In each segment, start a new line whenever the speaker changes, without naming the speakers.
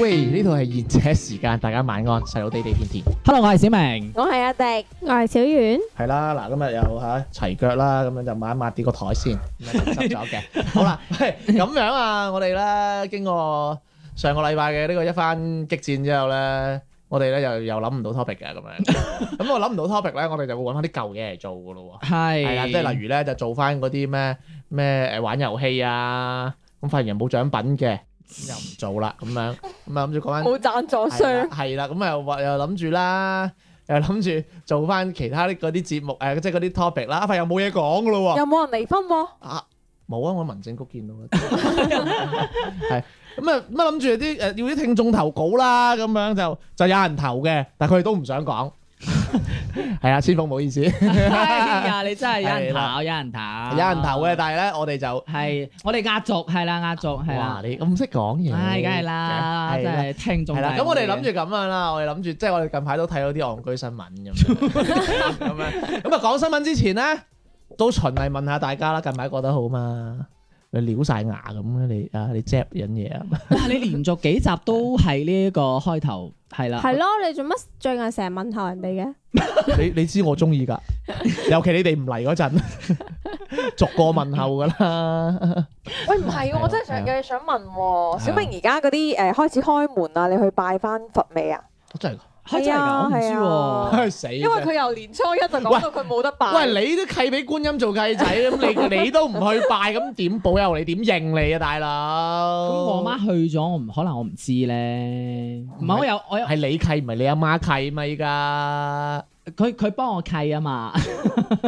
喂，呢度係賢者時間，大家晚安，細佬地地天天。
Hello，我係小明。
我係阿迪，
我係小遠，
係啦，嗱，今日又嚇齊腳啦，咁樣就抹一抹跌個台先，咁樣就執 咗嘅。好啦，喂咁樣啊，我哋咧經過上個禮拜嘅呢個一番激戰之後咧，我哋咧又又諗唔到 topic 嘅咁 樣。咁我諗唔到 topic 咧，我哋就會揾翻啲舊嘢嚟做噶咯喎。
係
係啦，即係例如咧就做翻嗰啲咩咩誒玩遊戲啊，咁發現人冇獎品嘅，咁又唔做啦咁樣，咁啊諗住講翻
冇贊助
係
啊
啦
商，
係啦，咁啊又話又諗住啦，又諗住做翻其他啲嗰啲節目誒，即係嗰啲 topic 啦，啊發現又冇嘢講噶咯喎，
有冇人離婚喎？
啊冇啊，我 民政局 見到啦，係。咁啊，乜諗住啲誒要啲聽眾投稿啦，咁樣就就有人投嘅，但係佢哋都唔想講， 係啊，千鳳唔好意思，有
哎 呀，你真係有人
係啦
投，有人投，
人投嘅，。但係咧我哋就。
係，我哋壓軸係啦，壓軸係
哇！
啦。
你咁識講嘢，
唉，梗係啦，
係
真
啦。
係聽眾
係
大
啦
會。，
咁我哋諗住咁樣啦，我哋諗住即係我哋近排都睇到啲戇居新聞咁 樣，咁樣咁啊講新聞之前咧，都循例問下大家啦，近排過得好嘛？你撩晒牙咁樣，你啊你 zap 緊嘢 啊？
哇！你連續幾集都係呢一個開頭，係啦。
係咯，你做乜最近成日問候人哋嘅？
你你知我中意㗎，尤其你哋唔嚟嗰陣，逐個問候㗎啦。
喂，唔係
係啊
喎，我真係想
係
有嘢想問喎，
啊
小明而家嗰啲誒開始開門啊啦，你去拜翻佛未啊？
真係
開真係㗎，我唔
係啊
知喎。
唉死啫！
因為佢由年初一就講到佢冇得拜，
喂，你都契俾觀音做契仔，咁你你都唔去拜，咁點保佑你？點應你啊，大佬？
咁我媽去咗，我唔可能我唔知咧。唔係我有我有
係你契，唔係你阿媽契咪依
哦
家
佢佢幫我契啊嘛，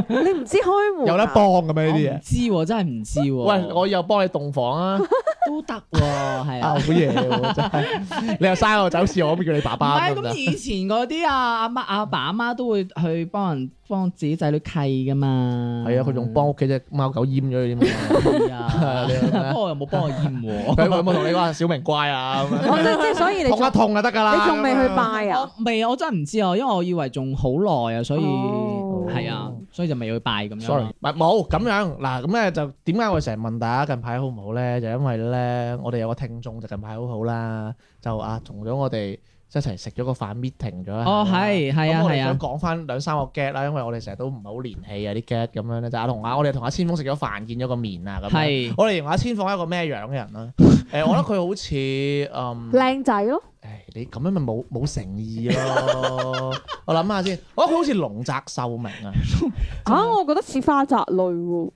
你唔知開門啊
有得幫嘅
我唔
咩呢
知
啲嘢？
喎，真係唔知
哦
喎。
喂，我又幫你洞房 啊！
都得喎，係
啊，好
啊。
嘢喎，真係！你又嘥我走 事，我可唔可以叫你爸
唔
爸
係
得唔得
咁，？以前嗰啲啊阿媽阿爸阿媽都會去幫人幫自己仔女契噶嘛。
係啊，佢仲幫屋企只貓狗閹 咗佢添啊。
係
啊
啊
你話咩，
不過又冇幫我驗喎。
佢佢有冇同你話小明乖啊？咁樣
我真係即係所以你仲
痛一痛就得㗎啦。
你仲未去
咁樣
拜啊？
我未，我真係唔知啊，因為我以為仲好耐啊，所以
哦
係啊，所以就未去拜咁樣
sorry，
咯。
唔係冇咁樣嗱，咁咧就點解我成日問大家近排好唔好咧？就因為咧，我哋有個聽眾就近排好好啦，就啊同咗我哋一齊食咗個飯 meeting 咗一下啦。
哦係係啊
咁我
係
哋
啊
想講翻兩三個 get 啦，因為我哋成日都唔係好連戲啊啲 get 咁樣咧，就啊同啊我哋同阿千峰食咗飯，見咗個面啊咁樣。
係
我哋同阿千峰係一個咩樣嘅人啦？ 誒，我覺得佢好似嗯。
靚仔咯，
誒，你咁樣咪冇冇誠 意咯？我諗下先，我覺得佢好似龍澤秀明啊！
啊，我覺得似花澤類喎，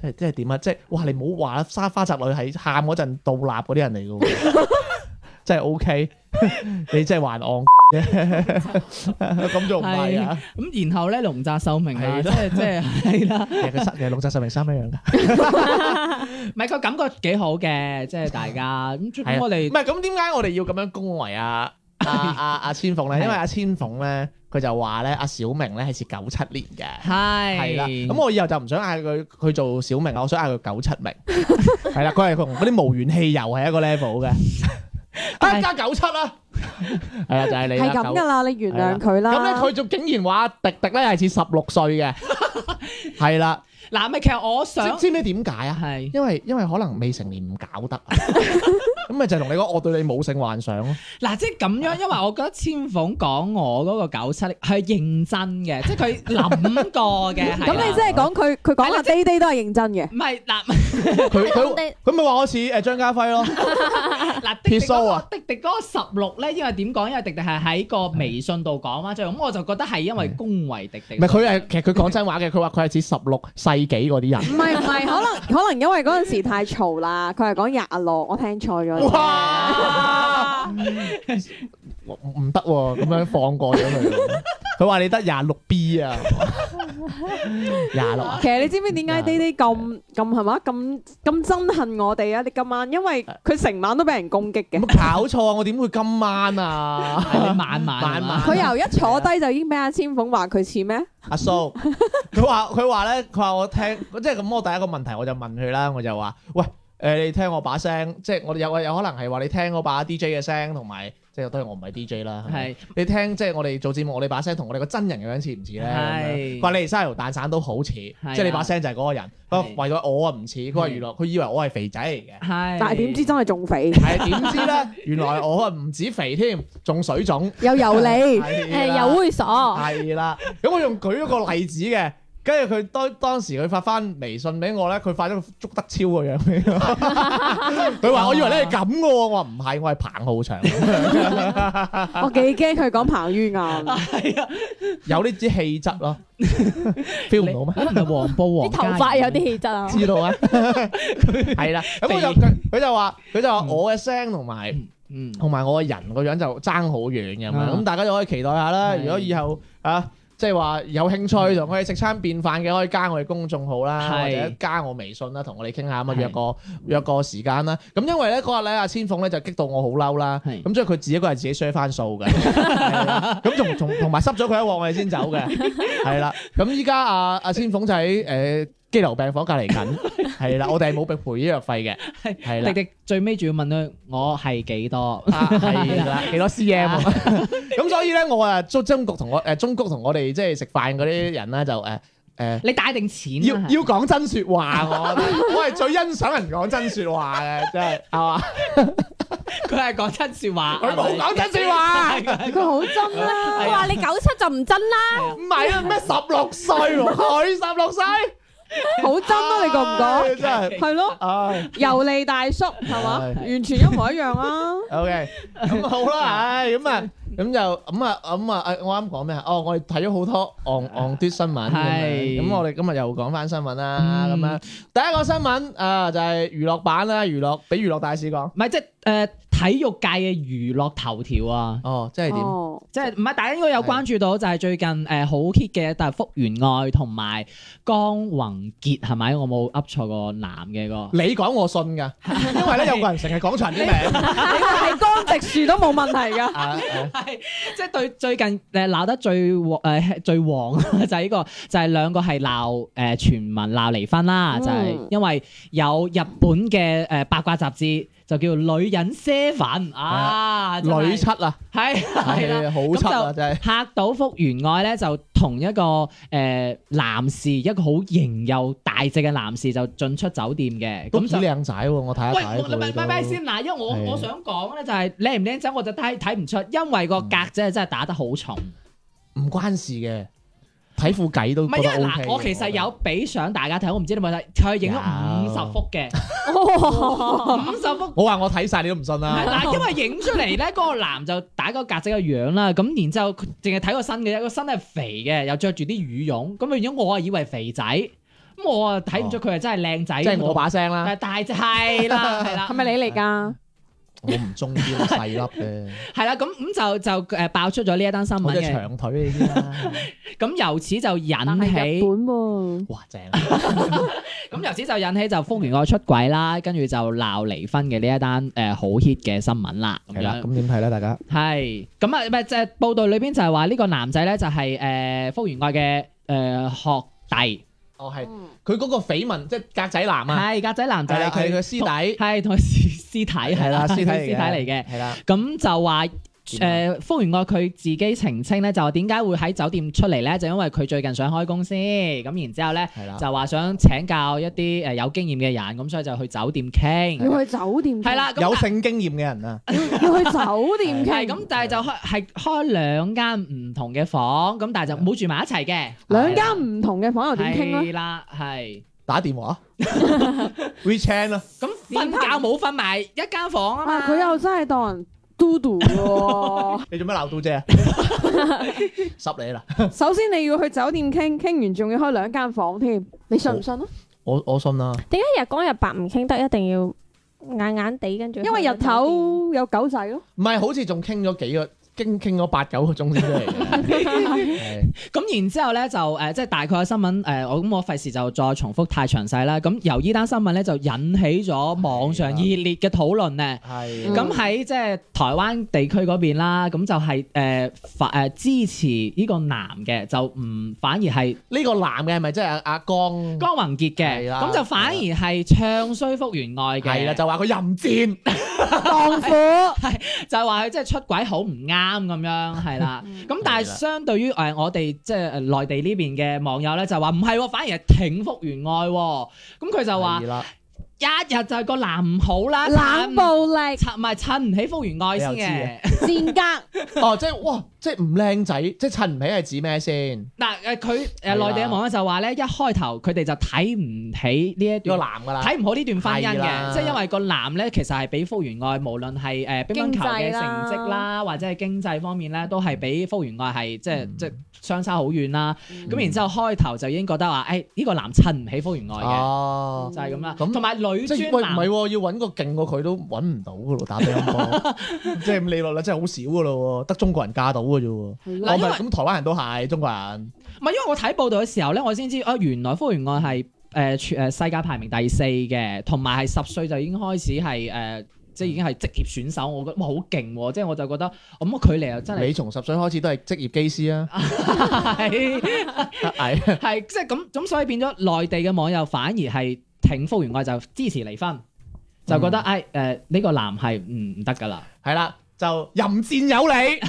即係即係點啊？即係哇！你唔好話啦，沙花澤類係喊嗰陣倒立嗰啲人嚟嘅喎， 真係 O K。你 真係還戇啫， 咁仲唔係啊？
咁，然後咧龍澤秀明啊，
係
即
咯
係即係係啦，
其實佢其實龍澤秀明三一樣㗎。
唔係個感覺幾好嘅，即係大家咁。
係啊
咁我哋
唔係咁點解我哋要咁樣恭維啊？阿阿阿千鳳咧，因為阿千鳳咧，佢就話咧，阿小明咧係似九七年嘅。
係
係啦，咁我以後就唔想嗌佢佢做小明啦，啊我想嗌佢九七 明。係啦，佢係同嗰啲無鉛汽油係一個 level 嘅。啊，加九七啦，係啦，就係你
係
啦。
咁㗎啦，你原諒佢啦。
咁咧，佢仲竟然話迪迪咧係似十六歲嘅， 係啦。
嗱，咪其實我
知
想
知唔知點解啊？
係
因為因為可能未成年唔搞 得啊，咁咪就係同你講，我對你冇性幻想咯。
嗱，即係咁樣，因為我覺得千鳳講我嗰個九七係認真嘅，即係佢諗過嘅。
咁你即係講佢，佢講
係啦
話 day day 都係認真嘅。
唔係嗱
佢
我哋
佢佢咪話我似誒張家 輝咯，
嗱，迪
撇
迪
須
嗰
啊
個迪迪嗰個十六咧，因為點講？因為迪迪係喺個微信度講翻出嚟，咁我就覺得係因為恭維迪迪。
唔係佢係其實佢講真話嘅，佢話佢係似十六世紀嗰啲人。
唔係唔係，可 能可能因為嗰陣時太嘈啦，佢係講廿六，我聽錯咗啫。
哇！我唔得喎，咁樣放過咗佢喎。 佢話你得廿六 B 啊， 廿六啊，
其實你知唔知點解 Day Day 咁咁係嘛咁咁憎恨我哋啊？你今晚因為佢成晚都俾人攻擊嘅，
咁搞錯啊！我點會今晚 啊？
係你慢慢
慢慢
佢由一坐低就已經俾阿千鳳話佢似咩？
阿蘇，佢話佢話咧，佢話我聽，即係咁。我第一個問題我就問佢啦，我就話：喂，誒、你聽我把聲，即係我哋有有可能係話你聽我把 DJ 嘅聲，同埋即係當然我唔係 DJ 啦，係咪
係
你聽即係我哋做節目，我哋把聲同我哋個真人嘅樣似唔似咧？咁樣
係
佢話你哋生條蛋散都好似，即
啊
係你把聲就係嗰個人。佢話
係
唯咗我啊唔似，佢話
嗯
原來佢以為我係肥仔嚟嘅。，
係，
但係點知真係仲肥
係點知 咧？原來我啊唔止肥添，仲水腫。
又油
誒
膩。
誒
又猥瑣，
係啦，咁我用舉一個例子嘅，跟住佢當當時佢發翻微信俾我咧，佢發咗個捉得超個樣俾 我，佢
啊
話我以為你係咁嘅喎，我話唔係，我係彭浩翔，
我幾驚佢講彭于晏，
係啊，
有呢支氣 質咯，feel 唔到咩？
你係咪黃布
啲
黃
頭
家
髮
怡
有啲氣質 啊！
知道 啊，係啦，嗯咁我就佢佢就話佢就話我嘅聲同埋。
嗯
同埋我個人個樣就爭好遠嘅咁樣，
啊
咁大家就可以期待下啦。
係
如果以後啊，即係話有興趣同我哋食餐便飯嘅，可以加我哋公眾號啦，
係
或者加我微信啦，同我哋傾下咁啊，
係
約個約個時間啦。咁因為咧嗰日咧，阿千鳳咧就激到我好嬲啦，
係
咁所以佢自己一個係自己 share 翻數嘅，係啦咁同同同埋濕咗佢一鑊，我哋先走嘅，係啦。咁依家阿阿千鳳就喺誒肌瘤病房隔離緊，係啦，我哋係冇被賠醫藥費嘅，係啦。
迪迪最尾仲要問佢我係幾多？
啊，係啦，幾多 cm 啊咁所以咧，我啊中中局同我誒中局同我哋即係食飯嗰啲人咧，就誒誒
你帶定錢
要
啊
要講真説話，我覺得我 係最欣賞人講真説話嘅，真係係嘛？
佢係講真説話，
佢冇講真説話，
佢好憎啦。
我話你九七就唔真 啦，
唔係啊咩十六歲喎，佢十六歲，
好真咯，你覺唔覺？
真係
係咯，
唉
油膩大叔係嘛，
係
完全一模一樣啊！
OK，咁好 啦，唉咁啊。咁就咁啊咁啊！誒，我啱講咩啊？哦，我哋睇咗好多 昂昂啲新聞咁樣，
係
咁我哋今日又講翻新聞啦。咁
嗯
樣第一個新聞啊，就係娛樂版啦，娛樂俾娛樂大使講。
唔係即係誒體育界嘅娛樂頭條啊！
哦，即係點？
哦，
即係唔係？大家應該有關注到，就係最近誒好 hit 嘅，但係福原愛同埋江宏傑係咪？我冇噏錯個男嘅個。
你講我信 㗎，因為咧有個人成日講錯人啲名。
你係乾直樹都冇問題㗎。
啊係
係， 即係對最近誒鬧得最旺誒、最旺 就係呢、個，就係兩個係鬧誒傳聞鬧離婚啦，
嗯
就係因為有日本嘅誒、八卦雜誌就叫《女人 Seven》啊，真係
女七啊，
係 係啦。
係好七啊，
咁
真係。
嚇到福原愛咧，就同一個誒、男士，一個好型又大隻嘅男士就進出酒店嘅，
都
咁
幾
就。
靚仔喎，我睇一
喂，
睇
我咪
佢都
咪咪先嗱，因為我
係啊
我想講咧就係靚唔靚仔，我就睇睇唔出，因為個格仔真係打得好重。唔
唔關事嘅，睇副計都
係
覺
因
得
為
O
嗱，我其實有俾相大家睇，我唔知你有冇睇，佢影咗五十幅 嘅，五十幅。
我話我睇晒你都唔信啦。
係嗱，因為影出嚟咧，嗰個男就打嗰個格仔嘅樣啦，咁然之後佢淨係睇個身嘅啫，個身係肥嘅，又着住啲羽絨，咁變咗我啊以為肥仔，咁我啊睇唔出佢係真係靚仔，
即係我把 聲啦，
但係大隻係 啦係啦
係，咪你嚟㗎？
我唔中意啲細粒 嘅，
係啦，咁咁就就誒爆出咗呢一單新
我
聞
隻
嘅。
長腿 呢啲啦，
咁由此就引
但係日
起，
本喎，
哇正啊！
咁由此就引起就福原愛出軌啦，跟住就鬧離婚嘅呢一單誒好 hit 嘅新聞啦，咁
係啦，
樣
咁點睇咧？大家
係咁啊，唔係就係報道裏邊就係話呢個男仔咧就係呃誒福原愛嘅誒學弟，
哦係佢嗰個緋聞，即係格仔男啊，
係格仔男
係
仔，
啦，佢
佢
嘅師弟
係同佢師師弟
係
係
啦，師
師
弟
弟
嚟嘅，啊
嚟嘅，
係啦，
咁就話。呃誒、福原愛佢自己澄清咧，就話點解會喺酒店出嚟咧？就因為佢最近想開公司，咁然之後咧
係啦，
就話想請教一啲誒有經驗嘅人，咁所以就去酒店傾。
要去酒店
係，啦，咁
有性經驗嘅人啊，
要去酒店傾，
係咁，但係就開係開兩間唔同嘅房，咁但係
啊
就冇住埋一齊嘅。
兩間唔同嘅房又點傾啊咧？
係啦，係。
打電話 WeChat 啦，
咁瞓覺冇瞓埋一間房啊
啊，
嘛。
佢又真係當人嘟嘟喎。
你做咩鬧到啫？濕你啦！
首先你要去酒店傾，傾完仲要開兩間房添，你信唔信啊？
我我信啦，
點解日光日白唔傾得，一定要眼眼地跟住？
因為日頭有狗仔咯，
唔係好似仲傾咗幾個傾傾咗八九個鐘先出 嚟嘅。係
咁然之後咧就誒、呃即係大概嘅新聞誒、呃我咁我費事就再重複太詳細啦。咁由呢單新聞咧就引起咗網上
係啊
熱
啦
烈嘅討論咧。
係
咁喺即係台灣地區嗰邊啦，咁就係誒反誒支持呢個男嘅，就唔反而係
呢個男嘅係咪即係阿阿江？
江宏傑嘅，
係啦
咁就反而係唱衰福原愛嘅，
係啦，就話佢淫賤。
荡婦
就係話佢即係出軌好唔啱咁樣，係 啦。咁但係
嗯係啦
相對於誒我哋即係誒呃內地呢邊嘅網友咧，就話唔係喎，反而係挺福原愛喎。咁佢就話
係啊啦，
一日就係個男唔好啦，
冷
襯
暴 力、
襯唔係襯唔起福原愛先
你
嘅
又知。啊
賤格。
哦，即係哇，即係唔靚仔，即係襯唔起係指咩先？
嗱誒，佢誒
係啦
內地嘅網友就話咧，一開頭佢哋就睇唔起呢一
呢個
段，
男㗎啦。
睇唔好呢段婚姻
係
嘅，
啦
即係因為個男咧其實係俾福原愛，無論係誒乒乓球
經濟
嘅成
啦
績啦，或者係經濟方面咧，都係俾福原愛係即係
嗯
即係相差好遠啦。咁
嗯
然之後開頭就已經覺得話，哎誒呢個男襯唔起福原愛嘅，
哦。
就係咁啦。
咁
同埋女
即係
專
喂唔係
男
喎，要揾個勁過佢都揾唔到噶咯，打乒乓波，即係咁理論啦，真係好少噶咯喎，得中國人嫁到嘅啫
嗱
喎。我
因為
咪咁台灣人都係中國人，
唔係因為我睇報道嘅時候咧，我先知啊，原來福原愛係誒全呃誒世界排名第四嘅，同埋係十歲就已經開始係誒、呃即係已經係職業選手。我覺得哇好勁喎！即係我就覺得哦咁個距離又真係
你從十歲開始都係職業機師啊，
係
係
係即係咁咁，所以變咗內地嘅網友反而係挺福原愛就支持離婚，就
嗯
覺得誒誒呢個男係唔唔得㗎啦。
係啦，就淫戰有你，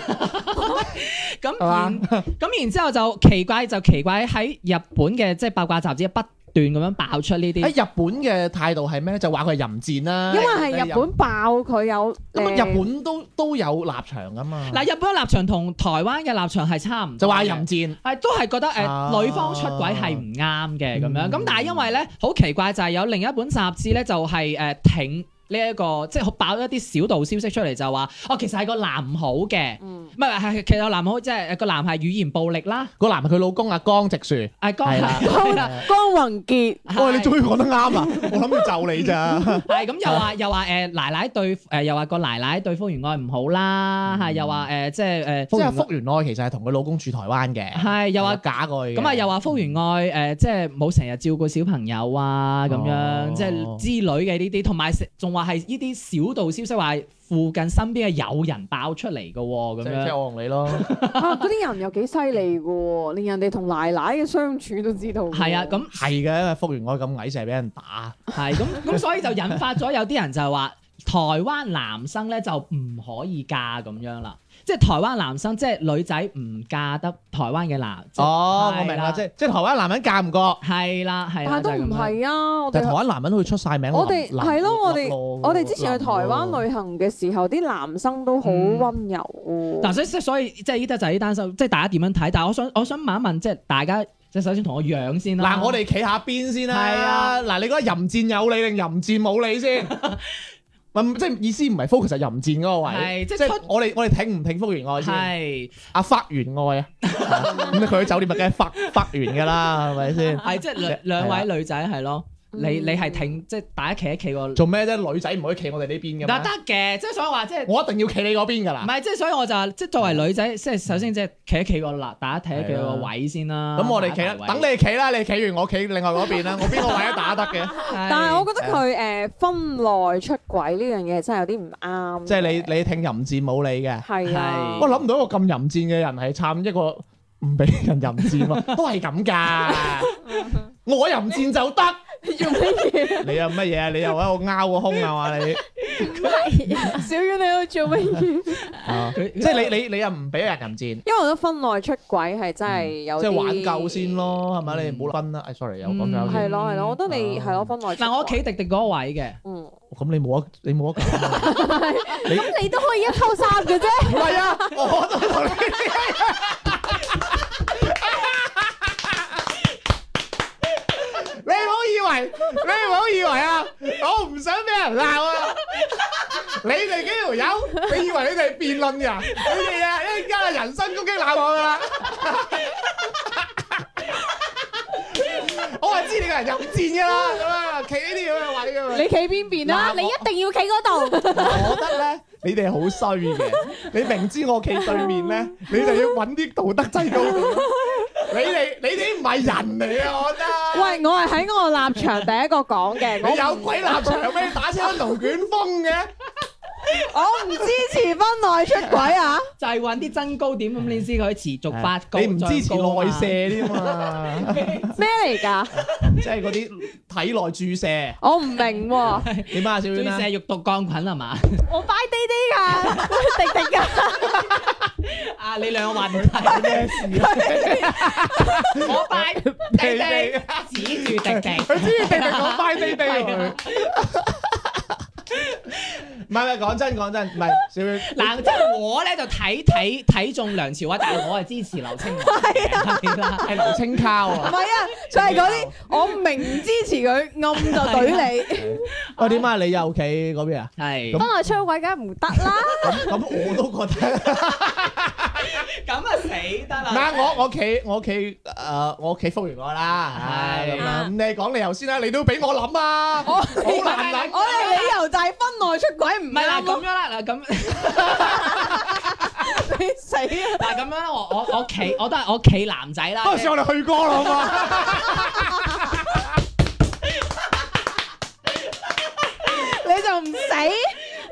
咁
係嘛
然咁然之後就奇怪就奇怪喺日本嘅即係八卦雜誌不斷咁樣爆出呢啲
喺。哎日本嘅態度係咩？就話佢係淫戰啦，
因為係日本爆佢有
咁啊
誒
日本都都有立場噶嘛，
嗱，日本嘅立場同台灣嘅立場係差唔多嘅，
就話淫戰，
係都係覺得誒、
啊
女方出軌係唔啱嘅咁樣，
嗯
咁、但係因為咧好奇怪就係有另一本雜誌咧就係、誒、挺呢、一個即係爆一啲小道消息出嚟就話哦其實係個男唔好嘅，
嗯
唔係係其實個男唔好即係個男係語言暴力啦，
個男係佢老公阿江直樹。
誒江
係啦哦
係 啦
江宏傑
係
喂，你終於啊講得啱啦！我諗住就你咋，
係咁又話又話誒奶奶對誒、又話個奶奶對福原愛唔好啦，係、又話誒、即係誒、
嗯即
福原
係
愛
福原愛其實係同佢老公住台灣嘅，
係又話
假佢嘅，嗯
咁啊，又話福原愛誒、呃即係冇成日照顧小朋友啊，咁樣、
哦
即係之類嘅呢啲，同埋仲話係呢啲小道消息話係附近身邊嘅友人爆出嚟嘅喎，咁
即係即係
樣
我同你咯，
啊，嗰啲人又幾犀利嘅喎，連人哋同奶奶嘅相處都知道喎。
係啊，咁
係嘅，因為福原愛咁矮成日俾人打，
係咁 咁，所以就引發咗有啲人就係話台灣男生咧就唔可以嫁咁樣啦，即係台灣男生即係女仔唔嫁得台灣嘅男，即係
哦，我
係
明
啦
啦，即係即係台灣男人嫁唔過，
係啦係
但
啦，
係都啊
就係
唔
咁樣
係啊，我
但係台
哋。
灣男人會出晒名，
我哋
男
係咯，我
男
哋
咯
我哋之前去台
男咯
灣旅行嘅時候，啲男生都好温柔喎。
嗱，所以所以即係呢啲就係呢單新聞即係大家點樣睇？但係我想我想問一問，即係大家即係首先同我樣先啦。
嗱，我哋企下邊先
啊係啊
啦。嗱，你覺得淫戰有你定淫戰冇你先？唔即係意思唔係 focus 係淫戰嗰個位，
係即係
即係
出
我哋我哋挺唔挺福原愛先？
係
阿福原愛啊，咁佢喺酒店咪梗係福福原㗎啦，係 咪先？
係即係兩
係啊
兩位女仔係咯，
嗯
你你係挺即係大家企一企個，
做咩啫？女仔唔可以企我哋呢邊㗎
嗱
嘛？
得嘅，即係所以話即係唔
我一定要企你嗰邊㗎啦。
係即係所以我就話即係作為女仔，即係首先即係企一企個立，大家睇一企個
係啊
位先啦。
咁我哋企啦
大，家排
等
位
你企啦，你企完我企另外嗰邊啦，我邊個位都打得嘅。
係
但係我覺得佢誒婚內出軌呢樣嘢真係有啲唔啱嘅。
即係你你挺淫戰冇你嘅。
係啊
係，
我諗唔到一個咁淫賤嘅人係撐一個唔俾人淫賤咯，都係咁噶。我淫賤就得，
用乜嘢？
你又乜嘢啊？你又喺度拗個胸啊嘛你？
小遠你喺度做乜嘢？
啊
佢
即係你你你又唔俾人淫賤，
因為我覺得婚內出軌係真係有
即係
啲
玩夠先。咯，係咪？你唔好分啦。哎，sorry，又講咗
嗯
先
係。咯係咯，我覺得你
啊
係咯婚內出軌。
嗱，我企迪迪嗰個位嘅，
嗯，
咁你冇得你冇得揀啊。
咁你都可以一溝三嘅啫。
唔 係啊，我都同你。你唔好以為，你唔好以為啊！我唔想俾人鬧啊！你哋幾條友，你以為你哋係辯論人？你哋啊，一陣間啊人身攻擊鬧我噶啦！ 我係知你個人入戰噶啦，咁啊，企呢啲咁嘅位噶嘛。
你企邊邊啊？
嗱，你一定要企嗰度。
我覺得咧，你哋係好衰嘅，你明知我企對面咧，你就要揾啲道德制高點。你哋你哋唔係人嚟啊！我覺得。
喂，我係喺我立場第一個講嘅，我
你
唔
有鬼立場咩？打親龍捲風嘅，
我唔支持婚內出軌啊！
就係揾啲增高點咁，你先可以持續發高。
你唔支持
再高啊
內
嘛
射添嘛？
咩嚟㗎？
即係嗰啲體內注射。
我唔明喎，
點啊，小
注
娟啊
射？肉毒桿菌係嘛？
我快啲啲㗎， 滴滴㗎。
啊，你兩個話唔題，
咩事啊？
我 拜滴
地
滴指住滴 滴，
佢知定定講快地地
啊
佢。唔係唔係，講真講真，唔係小娟。
嗱，即係我咧就睇睇睇中梁朝偉，但係我係支持劉青雲嘅，係啊啦，
係劉青卡
唔
喎。
係啊，就係嗰啲我明支持佢，暗就懟你。
喂，點啊？你右企嗰邊啊？
係
咁
婚外出軌梗係唔得 啦，
咁咁我都覺得。
咁啊死得
唔
啦！
係我我企我企誒我企復完我啦，係
係
咁啦。咁你講理由先啦，你都俾我諗啊，好難諗。
我哋理由就係婚內出軌唔
唔係啦，
啱
咁
咯
樣，啦，嗱咁。
你死啊！
嗱咁樣啦，我我我企我都係我企男仔啦，
嗰陣時我哋去過啦，好嘛？
你就唔死？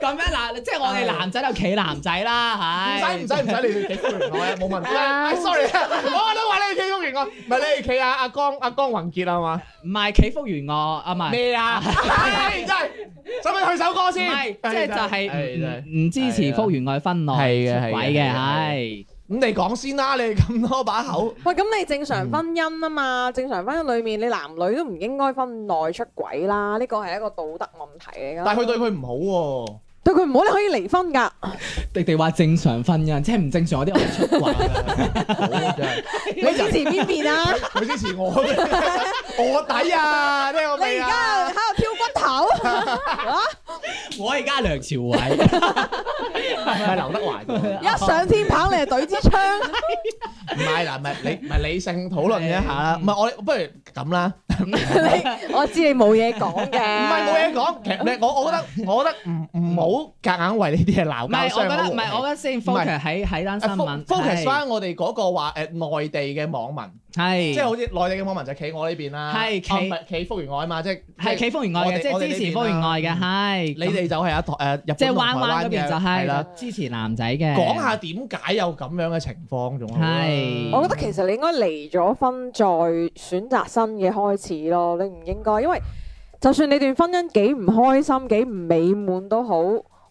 咁樣嗱，即係我哋男仔就企男仔啦，
唔
唉，
使唔使唔 使，你哋企復完我啊，冇問題。哎，sorry，我都話你哋企復完我，唔係你哋企阿阿江阿江宏傑啊嘛？
唔係企福原我啊，唔係。
咩啊？唉，真係，使唔使去首歌
唔
先？
係，即係就
唉真
係
係
唔唔支持福原愛婚內
係嘅
出
係
軌
嘅
嘅，係
咁你講先啦，你哋咁多把口。
喂，咁你正常婚姻啊嘛，正常婚姻裏面你男女都唔應該婚內出軌啦，呢個係一個道德問題嚟㗎。
但係佢對佢唔好
對佢唔好，你可以離婚㗎。
迪迪話正常婚姻，即係唔正常嗰啲我出軌。
喎，真係
你支持邊邊啊？
佢支持我， 我底啊，聽我
你
未
而
啊？
家喺度挑骨頭啊！
我而家梁朝偉，
係劉德華㗎
一上天棚你就懟支槍，
唔係嗱，唔係理唔係理性討論一下啦。唔係我哋不如咁啦，
你我知你冇嘢講嘅。
唔係冇嘢講。其實你我我覺得我覺得唔唔好夾硬為呢啲嘢鬧
唔
交。
係我覺
傷
得
我
唔係我覺得先
係
focus 喺喺單新
和
聞
氣 focus
係
翻我哋嗰個話誒內地嘅網民，
係
即係好似內地嘅網民就企我呢邊啦，
係企
啊唔係企福原愛嘛，即係
係企福原愛
我哋
嘅，即
我哋
係
呢
支
邊
持
啦
福原愛嘅，係
你哋就係啊台誒日本
即係
同台
灣灣嗰邊
嘅
就
係啦。
係支持男仔嘅。
講下點解有咁樣嘅情況仲好啦
係
我覺得其實你應該離咗婚再選擇新嘅開始咯，你唔應該，因為就算你段婚姻幾唔開心、幾唔美滿都好，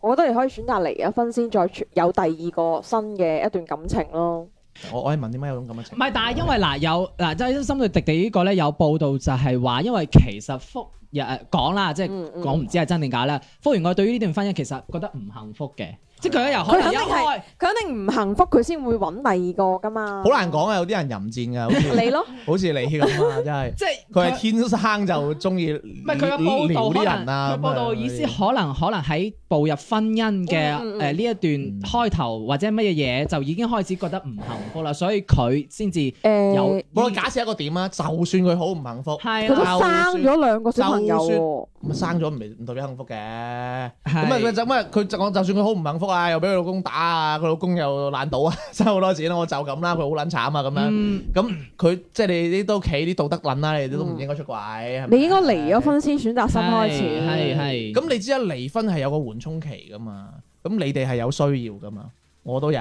我覺得你可以選擇離咗婚先再出有第二個新嘅一段感情咯。
我我係問點解有種咁嘅情況？
唔係，但係因為嗱有嗱，即係針對迪迪呢個咧有報道就係話，因為其實福日講啦，即係
嗯嗯
講唔知係真定假啦。福原愛對於呢段婚姻其實覺得唔幸福嘅，即係佢又可能一
佢肯定係
開
佢肯定唔幸福，佢先會揾第二個噶嘛。
好難講啊！有啲人淫賤㗎，好似
你咯，
好似你咁啊，真係
即係
佢係天生就中意
唔
唔
係佢嘅報道
啲
可
人
能
啊。
佢報道嘅意思
咁啊
可能可能喺步入婚姻嘅誒
嗯嗯嗯
呢一
嗯
段開頭或者乜嘢嘢就已經開始覺得唔幸福啦，所以佢先至 有
誒，
我假設一個點啊，就算佢好唔幸福，
係
佢都
啦，
生咗兩個小朋友
就
喎。
咁啊生咗唔唔代表幸福嘅。咁啊
係
佢就咁啊佢就我就算佢好唔幸福啊，又俾佢老公打啊，佢老公又懶到啊， 收好多錢啦，我就咁啦，佢好撚慘啊咁樣。
嗯
咁佢即係你啲都企啲道德撚啦，你哋都唔應該出軌。係咪
你應該離咗婚先選擇新開始。
係係
咁你知啦，離婚係有個緩衝期噶嘛，咁你哋係有需要噶嘛，我都有，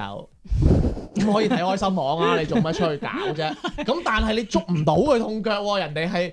咁可以睇開心網啊，你做乜出去搞啫？咁但係你捉唔到佢痛腳喎，人哋係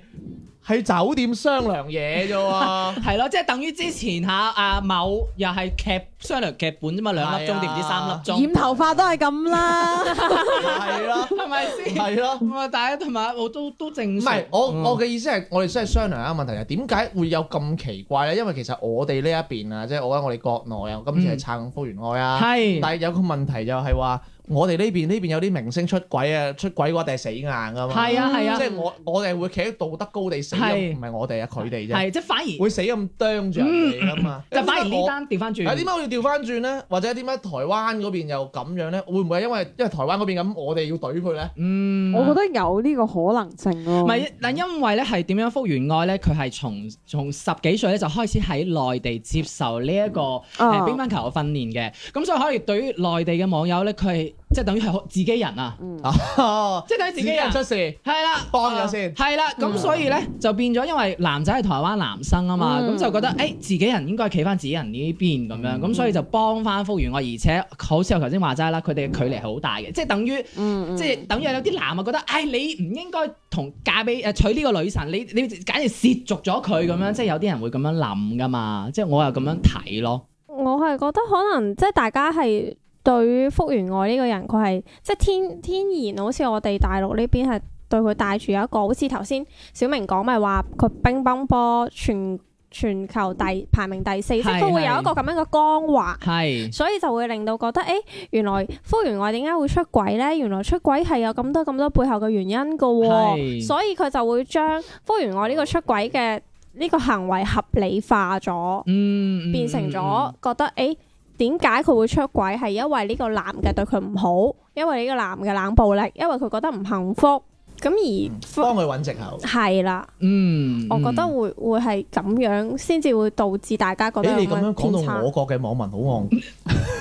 喺酒店商量嘢啫喎。
係咯，即係等於之前嚇阿某又係劇商量劇本啫嘛，兩粒
係啊
鐘定唔知三粒鐘，
染頭髮都係咁啦，
係咯，
係咪先？
係咯。
咁啊，大家同埋我都都正
唔
常。
係，我我嘅意思係，我哋真係商量一個問題係點解會有咁奇怪咧？因為其實我哋呢一邊啊，即係我喺我哋國內啊，我今次係撐福原愛啊，
係
但係有個問題就係話，我哋呢邊呢邊有啲明星出軌啊，出軌嗰一定係死硬噶嘛。
係啊係啊
即係我我哋會企喺道德高地死，
係
唔係我哋啊佢哋啫，
係即係反而嗯
會死咁啄住人哋噶嘛。
就反而
點解
呢
我
單調翻轉。
啊點解我哋調翻轉咧？或者點解台灣嗰邊又咁樣咧？會唔會係因為因為台灣嗰邊咁，我哋要懟佢咧？
嗯，
我覺得有呢個可能性咯。
哦
唔係嗱，因為咧係點樣福原愛咧，佢係從從十幾歲咧就開始喺內地接受呢、一個誒、
嗯
呃
啊
乒乓球嘅訓練嘅，咁所以可以對於內地嘅網友咧，佢係即係等於係自己人啊，
嗯
啊
即係等於自
自
己
己
人
人。出事，
係啦，啊
幫咗先嗯
係啦，咁所以咧就變咗，因為男仔係台灣男生啊嘛，咁、
嗯
就覺得誒、欸自己人應該企翻自己人呢邊咁樣，咁、所以就幫翻福原愛，而且好似我頭先話齋啦，佢哋嘅距離係好大嘅，即係等於。
嗯，
即係等於有啲男啊覺得，唉、你唔應該同嫁俾誒娶呢個女神，你你簡直涉足咗佢咁
嗯
樣，即係有啲人會咁樣諗噶嘛，即係我又咁樣睇咯。
我係覺得可能即係大家係對於福原愛呢個人，佢係即係天天然，好似我哋大陸呢邊係對佢帶住有一個，好似頭先小明講咪話佢乒乓波全全球第排名第四，即係
係
佢會有一個咁樣嘅光環。
係
所以就會令到覺得，誒、原來福原愛點解會出軌呢？原來出軌係有咁多咁多背後嘅原因嘅喎、
係
所以佢就會將福原愛呢個出軌嘅呢個行為合理化咗，
嗯，嗯
變成咗
嗯
覺得，誒點解佢會出軌？係因為呢個男嘅對佢唔好，因為呢個男嘅冷暴力，因為佢覺得唔幸福。咁而福
幫佢揾藉口。
係啦，
嗯，嗯
我覺得會會係咁樣，先至會導致大家覺得
誒，你
有
咁樣
偏
講
差
到我國嘅網民好戇，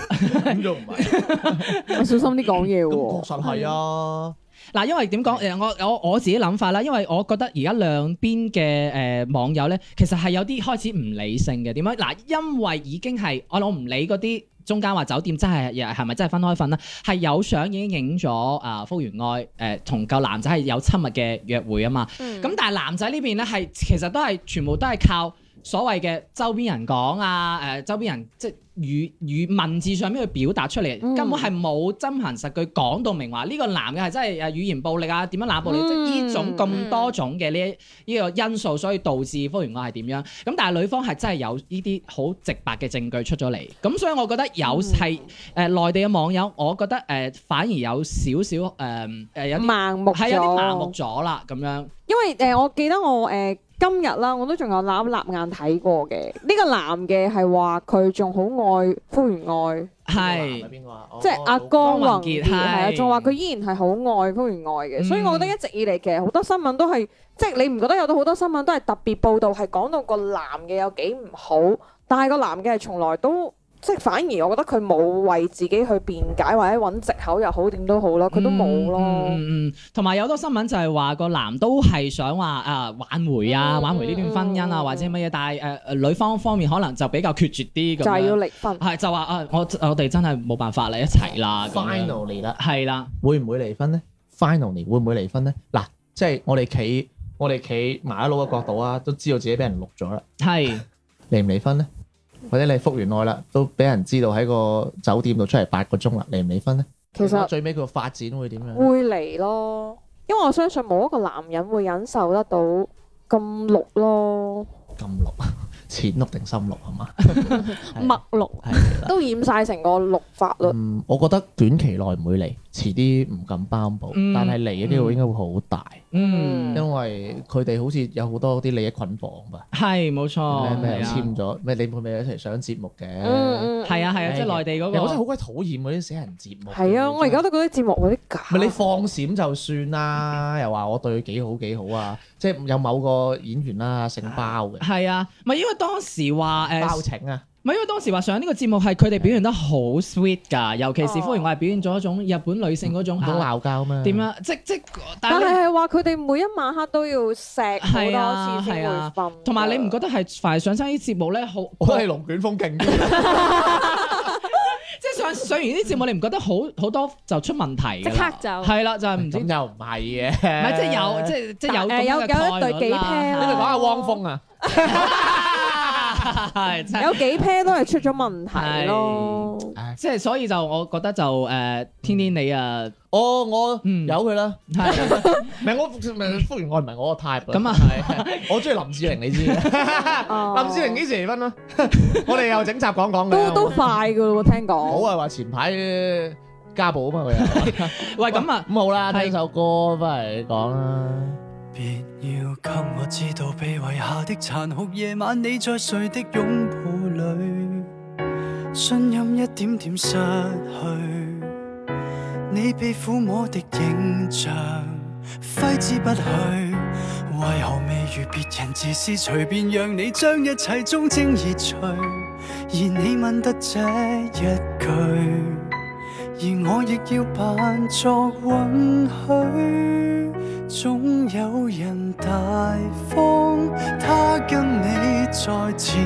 咁就唔係，
我小心啲講嘢
咁確
喎。
實係啊。
嗱，因為點講誒，我我我自己諗法啦，因為我覺得而家兩邊嘅誒網友咧，其實係有啲開始唔理性嘅。點樣？嗱，因為已經係我我唔理嗰啲中間話酒店真係係咪真係分開瞓啦，係有相已經影咗啊福原愛誒同個男仔係有親密嘅約會啊嘛。
嗯
咁但係男仔呢邊咧係其實都係全部都係靠所謂嘅周邊人講啊，誒、周邊人即係語語文字上面去表達出嚟，
嗯
根本係冇真憑實據講到明話呢、個男嘅係真係誒語言暴力啊，點樣冷暴力，
嗯
即係呢種咁多種嘅呢呢個因素，所以導致福原愛係點樣。咁但係女方係真係有呢啲好直白嘅證據出咗嚟，咁所以我覺得有係
嗯
誒內地嘅網友，我覺得誒、反而有少少誒誒有啲
盲目
係有啲麻木
咗，
咗啦咁樣。
因為誒、呃我記得我誒、呃今日啦，我都仲有攬立眼睇過嘅。呢、個男嘅係話佢仲好愛福原愛，
係
邊個啊？
即係阿江宏傑
哦江宏傑係
係啊，仲話佢依然係好愛福原愛嘅，所以
嗯
我覺得一直以嚟其實好多新聞都係，即係你唔覺得有到好多新聞都係特別報導係講到個男嘅有幾唔好，但係個男嘅係從來都即係反而我覺得佢冇為自己去辯解或者揾藉口又好點都好啦，佢都冇咯。
嗯嗯嗯，同埋有好多新聞就係話個男都係想話啊挽回啊，
嗯
挽回呢段婚姻啊，
嗯
或者乜嘢，但係誒誒女方方面可能就比較決絕啲咁
就係要
樣，
離婚，
係就話啊，我我哋真係冇辦法啦，一齊啦咁樣，
Finally 啦，
係啦，
啊會唔會離婚咧？Finally 會唔會離婚咧？嗱，即係我哋企我哋企麻甩佬嘅角度啊，都知道自己俾人錄咗啦，
係
離唔離婚咧？或者你復完愛啦，都俾人知道喺個酒店度出嚟八個鐘啦，離唔離婚咧？
其實
啊
最尾佢個發展會點樣？
會離咯，因為我相信冇一個男人會忍受得到咁綠咯，
咁 綠，淺綠定深綠係嘛？係
墨綠
係啦。
都染晒成個綠法律。
嗯，我覺得短期內唔會嚟，遲啲唔敢擔保，
嗯
但係嚟嘅機會應該會好大，
嗯
因為佢哋好似有好多啲利益捆綁啊吧，
係冇
咩
錯，
咩
係
又
啊
簽咗咩，你會唔會一齊上節目嘅？
嗯嗯，
係啊係啊，即係內地嗰
我真係好
個
鬼討厭嗰啲死人節目。
係啊，我而家
都
都覺得節目嗰啲假。
咪你放閃就算啦，又話我對佢幾好幾好啊，即係有某個演員啦，姓包嘅
係啊，咪因為當時話誒
包。拯啊，
唔係因為當時話上呢個節目係佢哋表現得好 sweet 㗎，尤其是
哦
福原愛表現咗一種日本女性嗰種
唔好
啊
鬧交咩？
點樣，即即但
但
係
啊係
你
係話佢哋每一晚黑都要錫好
係啊
多次先
係
會
啊
瞓。
同埋你唔覺得係凡係上親呢啲節目咧，好
我覺得你龍捲風勁啲。
即係上上完呢啲節目，你唔覺得好好多就出問題㗎啦
即刻就
係啦，就係唔知
咁
唔
又唔係嘅，唔
係即係有即係即係有
但誒有
咁嘅概
有一對
率
幾
啦。
pair
你
啦
哋講下汪峰啊，
係真係
有幾 pair 都係出咗問題咯？
唉，
即係所以就我覺得就誒天天你啊
我我
嗯
由佢啦，
係
唔係我唔係福原愛唔係我個 type
咁啊
係我中意林志玲，你知嘅。林
林
志玲幾時離婚啊？ 我哋又整集講講
都
佢。
都快噶咯喎，聽
啊好
講。
啊，話前排家暴啊嘛，佢又
喂 咁啊
咁好啦，
係
聽首歌翻嚟講啦。
別要給我知道被遺下的殘酷夜晚，你在誰的擁抱裏？信任一點點失去。你被抚摸的影像揮之不去，為何未如別人自私，隨便讓你將一切忠貞移除？而你問得這一句，而我亦要扮作允許。總有人大方，他跟你在前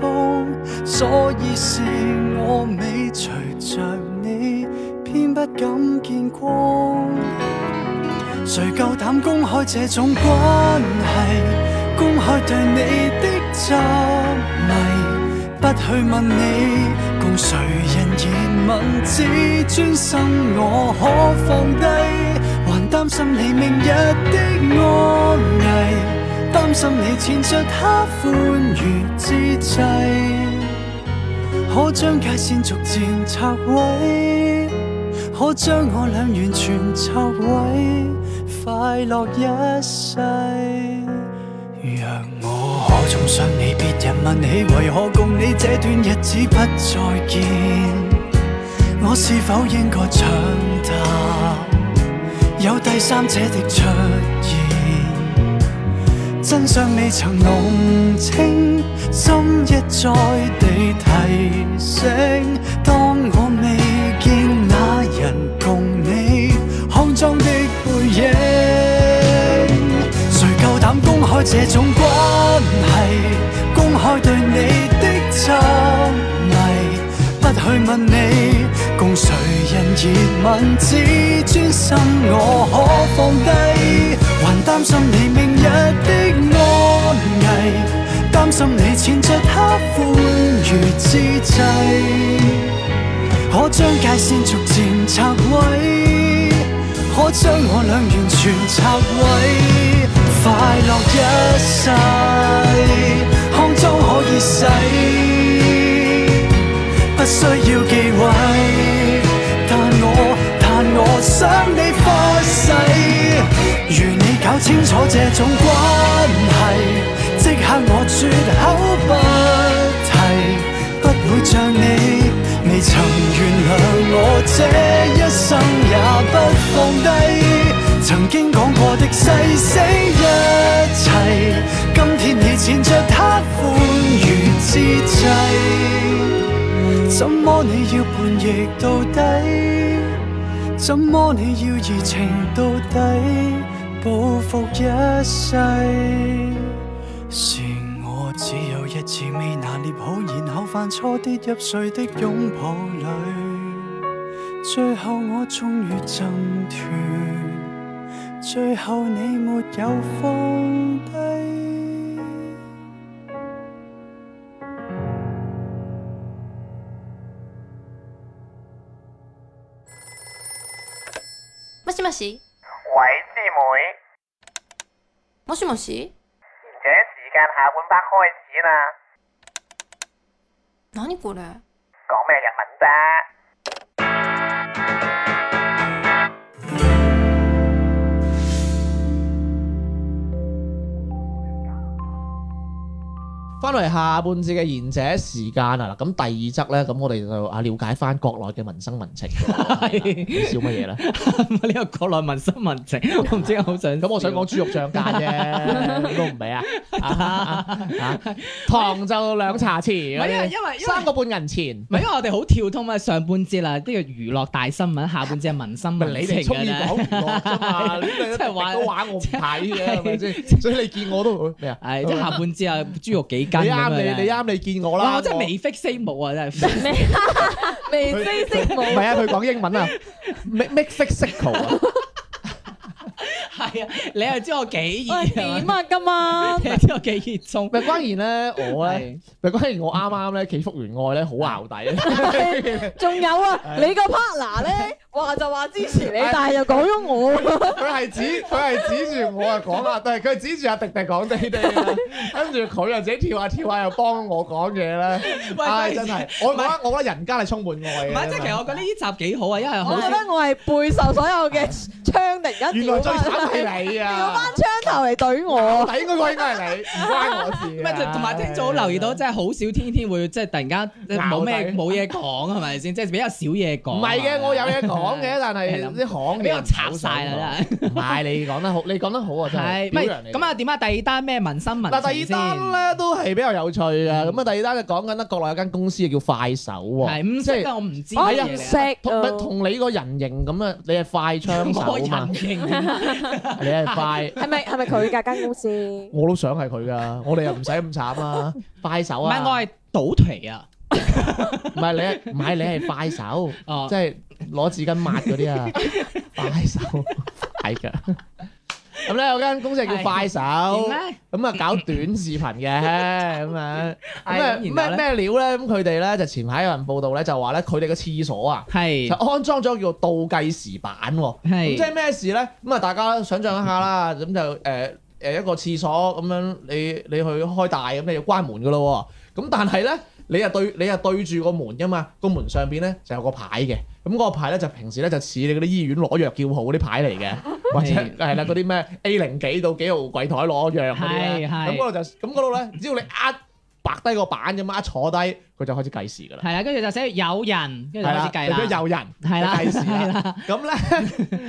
方，所以是我尾隨着你。偏不敢見光。誰夠膽公開這種關係？公開對你的執迷，不去問你共誰人言問，只專心我可放低，還擔心你明日的安危，擔心你纏着他歡愉之際。可將界線逐漸拆毀，可將我俩完全拆毀，快樂一世。若我可重傷你，別人問起為何共你這段日子不再見，我是否應該長大？有第三者的出現。真相未曾弄清，心一再地提醒。當我未見那人共你骯髒的背影，誰夠膽公開這種關係？公開對你的執迷，不去問你共誰人熱吻，只專心我可放低。還擔心你明日的安危，擔心你纏着他歡愉之際，可將界線逐漸拆毀，可將我倆完全拆毀，快樂一世，骯髒可以洗，不需要忌諱，但我但我想你發誓。如你搞清楚這種關係，即刻我絕口不提，不會像你未曾原諒我這一生也不放低。曾經講過的誓死一切，今天你纏着他歡愉之際，怎麼你要叛逆到底？怎麼你要移情到底，報復一世？是我只有一次未拿捏好，然後犯錯跌入誰的擁抱裏，最後我終於掙脱，最後你沒有放低。
もしもし
喂，師
も
妹，
しもし
而且時間下半 part 開始啦，
何これ
講咩日文啫？
翻嚟下半節嘅賢者時間啊，嗱咁第二則咧，咁我哋就啊了解翻國內嘅民生民情。 你笑乜嘢咧？
呢個國內民生民情，我唔知我好想
咁我想講豬肉漲價啫，你都唔 俾啊？啊糖就兩茶匙
唔係
嗰
因為
啲，
因為因為
三個半銀錢。
唔係因為我哋好跳通啊，上半節啦，呢個娛樂大新聞，下半節係民 生
咪
民
你
情
哋中意
㗎啦。
講娛樂啫嘛，你
真
哋
係玩
都玩我唔睇嘅，係咪先？ 所以你見我都會咩啊？
係即係下半節啊，豬肉幾斤
你
咁
啱
樣
你，你啱你見我啦。
哇！我真係眉飛色舞啊，真係。
未
佢
知識
唔
冇
係啊，佢講英 文啊，make make physical 啊。
係啊，你又知我幾熱
喂
啊
點啊？今晚
你又知我幾熱衷。
咪關然咧，我咧
係
咪關然我啱啱咧祈福原愛咧好淆底。
仲有 啊，你個 partner 咧話就話支持你，但係又講咗我。
佢係指佢係指住我啊講啊，但係佢係指住阿迪迪講滴滴 啦，跟住佢又自己跳下跳下又幫我講嘢咧，
喂
唉
喂
真係，我覺得我覺得人家係充滿愛
唔
嘅。
係，即係其實我覺得呢集幾好啊，因為
我
好
覺得我係背受所有嘅槍敵一
原來
屌
最
啊
慘係係你
调
啊
翻！槍頭嚟懟我，
但應該嗰應該係你，唔關我事
唔
啊。
係，就同埋聽早留意到，真係好少天天會即係突然間冇咩冇嘢講，係咪先？即係比較少嘢講。啊
唔係嘅，我有嘢講 嘅，但係啲行
俾我插晒啦，真係。
真係。唔係你講得好，你講得好啊，真
係，
係。表揚你
咪咁啊？點啊？第二單咩民生民
嗱，第
情
二
先？
單咧都係比較有趣啊！咁啊，第二單就講緊咧，國內有間公司叫快手喎，
嗯係唔
即
識
係
啊！我唔知
哎
我
乜
唔
嘢嚟啊。
識
同咪
啊
同你個人形咁啊，你係快 槍
我啊
手啊嘛
人，形
你係快，
係咪係咪佢㗎間公司？
我都想係佢噶，我哋又唔使咁慘啊！快手
唔係我
啊，
係倒蹄啊！
唔係你係，唔係你係快手，
哦
即，係攞紙巾抹嗰 啲啊，快手快腳。咁咧有間公司係叫快手，
點
咁
咧？
啊搞短視頻 嘅咁樣。咁啊
係
咩
咁然後咧
咩料咧？咁佢哋咧就前排有人報道咧，就話咧佢哋嘅廁所啊，就
係
安裝咗叫倒計時板喎。咁即
係
係咩事咧？咁啊，大家想象一下啦，咁就誒誒、呃一個廁所咁樣，你你去開大咁，你要關門噶咯喎。咁但係咧，你又對你又對住個門噶嘛，個門上邊咧就有個牌嘅。咁嗰個牌咧就平時咧就似你嗰啲醫院攞藥叫號嗰啲牌嚟 嘅，或者
係
係啦嗰啲咩 A 零幾到幾號櫃台攞藥嗰啲咧。
係係
咁嗰度就咁嗰度咧，只要你呃白低個板咁一坐低，佢就開始計時噶啦。
係啦，跟住就寫有人，跟住就
係
開
啦，
始計
如果
啦。
有人
係啦
就計時啦，咁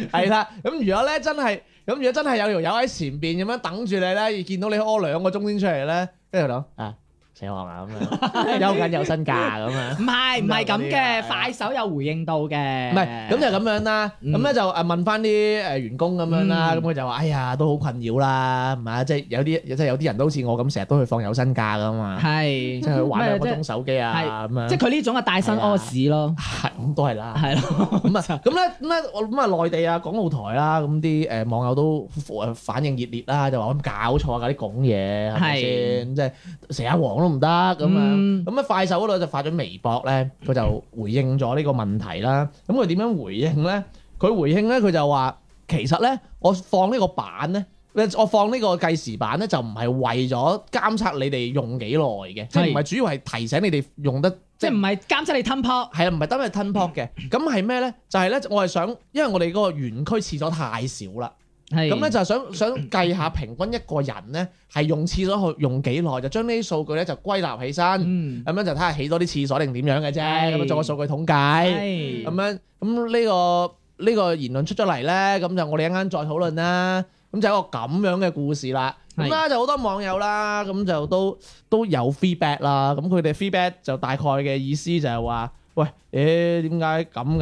咧係啦，咁如果咧真 係，咁如果真係有條友喺前邊咁樣等住你咧，而見到你屙兩個鐘先出嚟咧，跟住諗啊死我啦 咁樣，休緊有薪假咁樣。
唔係唔係咁
咁就嗰啲
嘅，
啊
快手有回應到嘅。
唔係，咁就咁樣啦。
嗯
咁咧就誒問翻啲誒員工咁樣啦，
嗯
咁佢就話：哎呀，都好困擾啦，唔係即係有啲即係有啲人都好似我咁，成日都去放有薪假噶嘛，
係
即係去玩兩個
咩
鐘手機啊咁樣，
即係佢呢種嘅帶薪屙屎咯，
係咁都係啦。
係咯。
咁啊，咁咧咁咧，我咁啊，內地啊，港澳台啦，咁啲誒網友都誒反應熱烈啦，就話咁搞錯啊，搞啲講嘢係咪先？即係成日黃都唔得咁樣。
嗯
咁啊，快手嗰度就發咗微博咧，佢就回應咗呢個問題啦。咁佢點樣回應咧？佢回應咧，佢就話其實咧，我放呢個版咧。我放呢個計時版咧，就唔係為咗監測你哋用幾耐嘅，即係唔係主要係提醒你哋用得
即係唔係監測你吞泡，
係啊，唔係單係吞泡嘅，
嗯
咁係咩咧？就係咧，我係想，因為我哋嗰個園區廁所太少啦，
係
咁咧就係想想計下平均一個人咧係用廁所去用幾耐，就將呢啲數據咧就歸納起身，咁
嗯
樣就睇下起多啲廁所定點樣嘅啫，
係
咁啊樣做個數據統計，
係
嗯
咁樣咁呢個呢個言論出咗嚟咧，咁就我哋一陣間再討論啦。咁就有一個咁樣嘅故事啦，咁
係
啦就好多網友啦，咁就都都有 feedback 啦，咁佢哋 feedback 就大概嘅意思就係話，喂，誒點解咁㗎？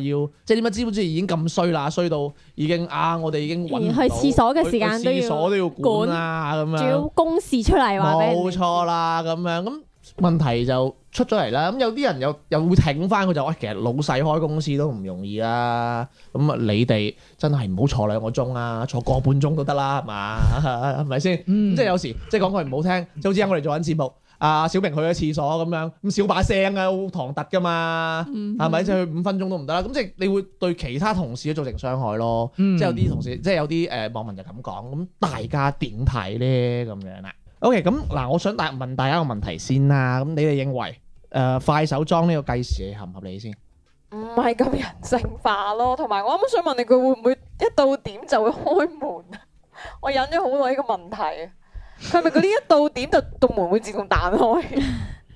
要即係點解資本主義已經咁衰啦，衰到已經啊，我哋已經揾唔
連
到
去廁所嘅時間
去
都要
去廁所都要管啦，咁
仲要
樣
公示出嚟話俾人
冇錯啦，咁樣咁問題就出咗嚟啦。咁有啲人又又會挺翻佢就話，喂其實老細開公司都唔容易啦，咁啊你哋真係唔好坐兩個鐘啊，坐個半鐘都得啦，係嘛？ 係咪先？
嗯
即係有時即係講句唔好聽，即係好似我哋做緊節目，啊小明去咗廁所咁樣，咁少把聲啊，好唐突噶嘛，
嗯
係咪？即係佢五分鐘都唔得啦，咁即係你會對其他同事都造成傷害咯。
嗯
即係有啲同事，即係有啲誒網民就咁講，咁大家點睇咧？咁樣啦。OK，咁嗱，我想大問大家一個問題先啦。咁你哋認為誒、呃快手裝呢個計時係合唔合理先？
唔係咁人性化咯，同埋我啱啱想問你，佢會唔會一到點就會開門？啊 我忍咗好耐呢個問題啊，佢係咪嗰啲一到點就道門會自動彈開？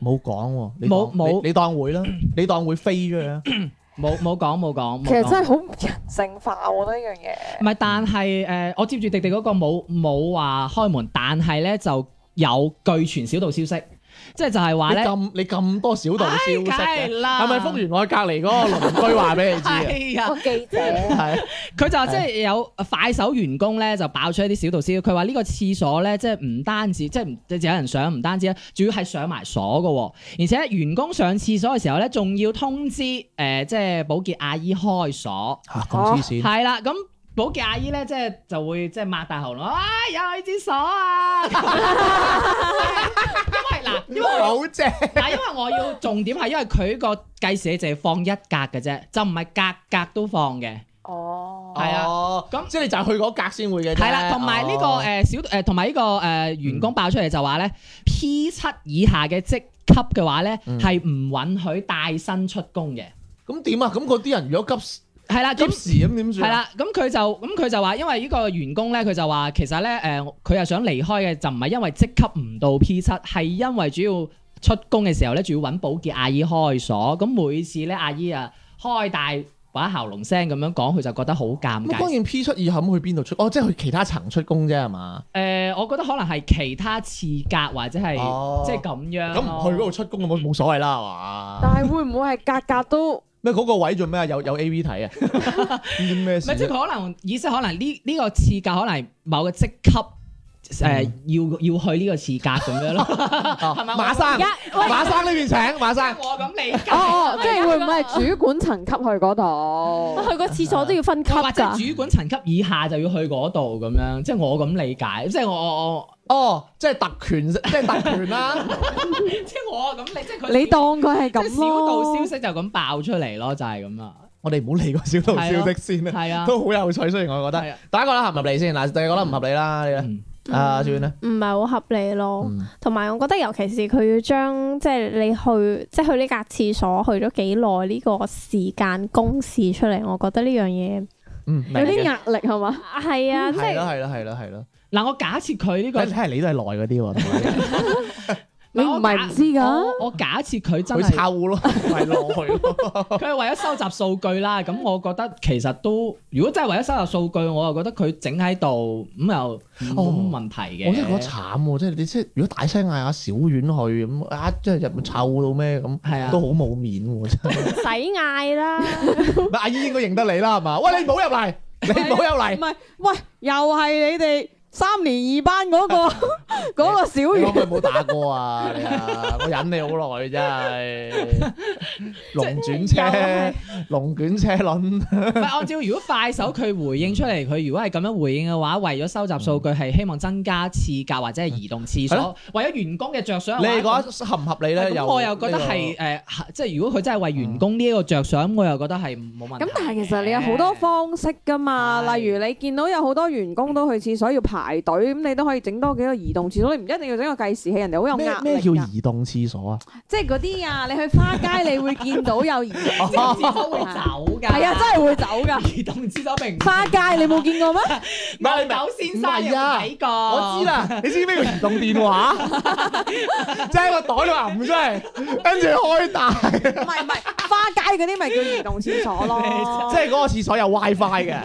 冇講喎，你
冇
當你
冇
你當會啦，你當會飛咗佢啊啦。
冇冇講冇講，冇
其實
講
真係好唔人性化，我覺得呢樣嘢。
唔係，但係誒、呃我接住迪迪嗰個冇冇話開門，但係咧就有據傳小道消息，即係就係話
你
咧，
咁你咁多小道消息
梗
嘅
係。啦，
係咪福？原愛隔離嗰個鄰居話俾你知啊？
啊係啊，
記者
係
佢就話即係有呃快手員工咧就爆出一啲小道消息，佢話呢個廁所咧即係唔單止即係唔即係有人上，唔單止咧，仲要係上埋鎖嘅喎，而且員工上廁所嘅時候咧，仲要通知誒、呃即係保潔阿姨開鎖。
嚇咁黐線，
哦係啦，咁保潔阿姨咧，即係就會即係擘大喉嚨，啊有去廁所啊！ 因為嗱，因為我
好正。
嗱，因為我要重點係因為佢個計時就係放一格嘅啫，就唔係格格都放嘅。
哦，
係啊
哦
咁
即係你就係去嗰格先會嘅啫。
係啦，同埋呢個
哦
誒小誒，同埋呢個誒員工爆出嚟就話咧，P 七以下嘅職級嘅話咧，
嗯
係唔允許帶薪出工嘅。
咁點啊？咁嗰啲人如果急
係啦，
咁
咁
時咁點
系
算啊？
啦，咁佢就咁佢就話，因為呢個員工咧，佢就話其實咧，诶、佢係想離開嘅，就唔係因為職級唔到 P 七，係因為主要出工嘅時候咧，仲要揾保潔阿姨開鎖，咁每次咧阿姨啊開大把喉嚨聲咁樣講，佢就覺得好尷
咁關
尬。
鍵 P 出二冚去邊度出？哦，即係去其他層出工啫係嘛？
诶、呃我覺得可能係其他次格或者係
哦
即係咁樣
咁
咯。
唔去嗰度出工咁冇冇所謂啦係嘛？
但係會唔會係格格都
咩嗰個位做咩啊？有有 A V 睇啊？ 唔知咩
唔
事啊
係，即係
啫？
佢可能意思可能呢呢、個次格可能係某個職級誒、
嗯
要要去呢個次格咁樣 咯， 係咪
啊馬生，馬生呢邊請馬
即
生
係。我咁 理解。
哦哦，即係會唔會係主管層級去嗰 度？
去個廁所都要分級
又或者
㗎。
主管層級以下就要去嗰度咁樣，即係我咁理解，即係我我我，
哦，即係特權，即係特權啦。
即係我咁理，即係佢
你當佢係
即係
咁
小道
咯
消息。就咁爆出嚟咯，就係咁啊，
我哋唔好理個小道消息先啦，
係啊，
都好有趣。雖然我覺得
係啊
第一個啦合唔合理先，嗱第二個啦唔合理啦，你咧
嗯
啊算啦。
唔係好合理咯，
嗯
同埋我覺得尤其是佢要將即係你去即係去呢格廁所去咗幾耐呢個時間公示出嚟，我覺得呢樣嘢
嗯，
有
明
啲
嘅
壓力係嘛？
係啊，即
嗯係
係
啦係啦係啦係啦。
嗱，我假設佢呢
睇
個
睇，下你都係耐嗰啲喎同埋。
你唔係唔知㗎，
我我假設佢真
佢
係。
抽 咯，唔係落去咯。
佢係為咗收集數據啦，咁我覺得其實都，如果真係為咗收集數據，我又覺得佢整喺度咁又冇問題嘅。
哦我真係覺得慘喎，即係你即係如果大聲嗌阿小婉去咁，啊即係入面臭到咩咁，
係啊
都好冇面喎真係。
唔使嗌啦，
唔係阿姨應該認得你啦，係嘛？喂，你唔好入嚟，你唔好入嚟
啊
唔。係，喂，又係你哋三年二班嗰個 嗰個小
你可
月
唔。可以唔好打歌啊？你啊，我忍你好耐真係。龍轉車，龍捲車輪，
唔係按照如果快手佢回應出嚟，佢如果係咁樣回應嘅話，為咗收集數據係希望增加次格或者係移動次
嗯係
所
咯，
為咗員工嘅着想嘅
你
話。咁
哋覺得合唔合理咧？
咁我又覺得
呢個
係誒，呃即係如果佢真係為員工呢一個着想，咁我又覺得係冇問題嘅。
咁但係其實你有好多方式噶嘛，
係
例如你見到有好多員工都去廁所要排隊，咁你都可以整多幾個移動廁所，你唔一定要整個計時器，人哋好有
咩
壓力啊
咩叫
㗎。
移動廁所啊？
即係嗰啲啊，你去花街你會見到有移動廁
即
所
係廁所會走 㗎。
係啊，真係會走㗎。
移動廁所並唔
花街你冇見過咩？
唔係
狗先
唔
生有
係啊
冇睇過。
我知 啦，你知咩叫移動電 話？即係喺個袋度揞出嚟，跟住開大，
唔係唔係，花街嗰啲咪叫移動廁所咯。
即係嗰個廁所有 WiFi 嘅，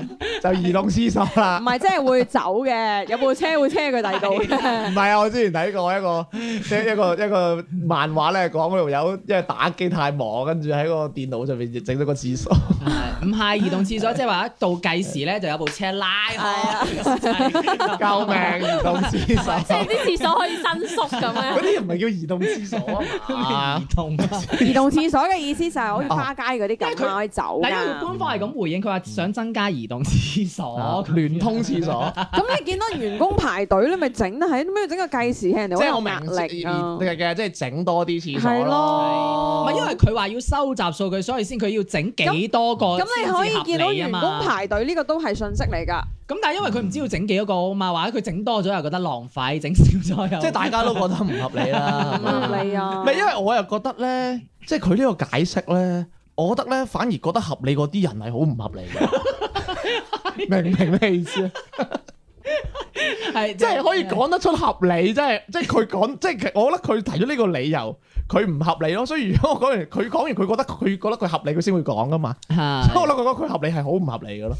就移動廁所
唔
啦。
係，即係會走嘅，有部車會車佢第二度嘅。
唔係啊，我之前睇過一個即係一個一個漫畫咧，講嗰度有因為打機太忙，跟住喺個電腦上面整咗個廁 所。
係唔係移動廁所，即係話一到計時咧，就有部車拉開。
救命！移動廁
即係
所，
啲廁所可以伸縮咁
嗰
樣。
啲唔係叫移動廁所啊嘛
移。動啊！
移動廁所嘅意思就係好似花街嗰啲咁啊，可以走
但因為
㗎。
官方係咁回應，佢
嗯
話想增加移動廁
啊
所，
聯通廁所，
咁你見到員工排隊，你咪整得係，咩整個計時器，人哋
即係
好有
我明
壓力啊。
嘅嘅，即係整多啲廁所
係
唔
咯，
係因為佢話要收集數據，所以先佢要整幾多個
咁你可以
先
見
至合
到
理啊
員
嘛
工。排隊呢個都係信息嚟㗎。
咁但係因為佢唔知要整幾多個啊嘛，或者佢整多咗又覺得浪費，整少咗又
即 係大家都覺得唔合 理啦，係嘛？
合理啊
唔！係，因為我又覺得咧，即係佢呢個解釋咧，我覺得咧反而覺得合理嗰啲人係好唔合理嘅。 明唔明咩意思啊？
係
即係可以講得出合理，即係即係佢講，即係我覺得佢提咗呢個理由，佢唔合理咯。所以如果我講完，佢講完，佢覺得佢覺得佢合理，佢先會講噶嘛。所 以我
係
覺得佢合理係好唔合理嘅咯，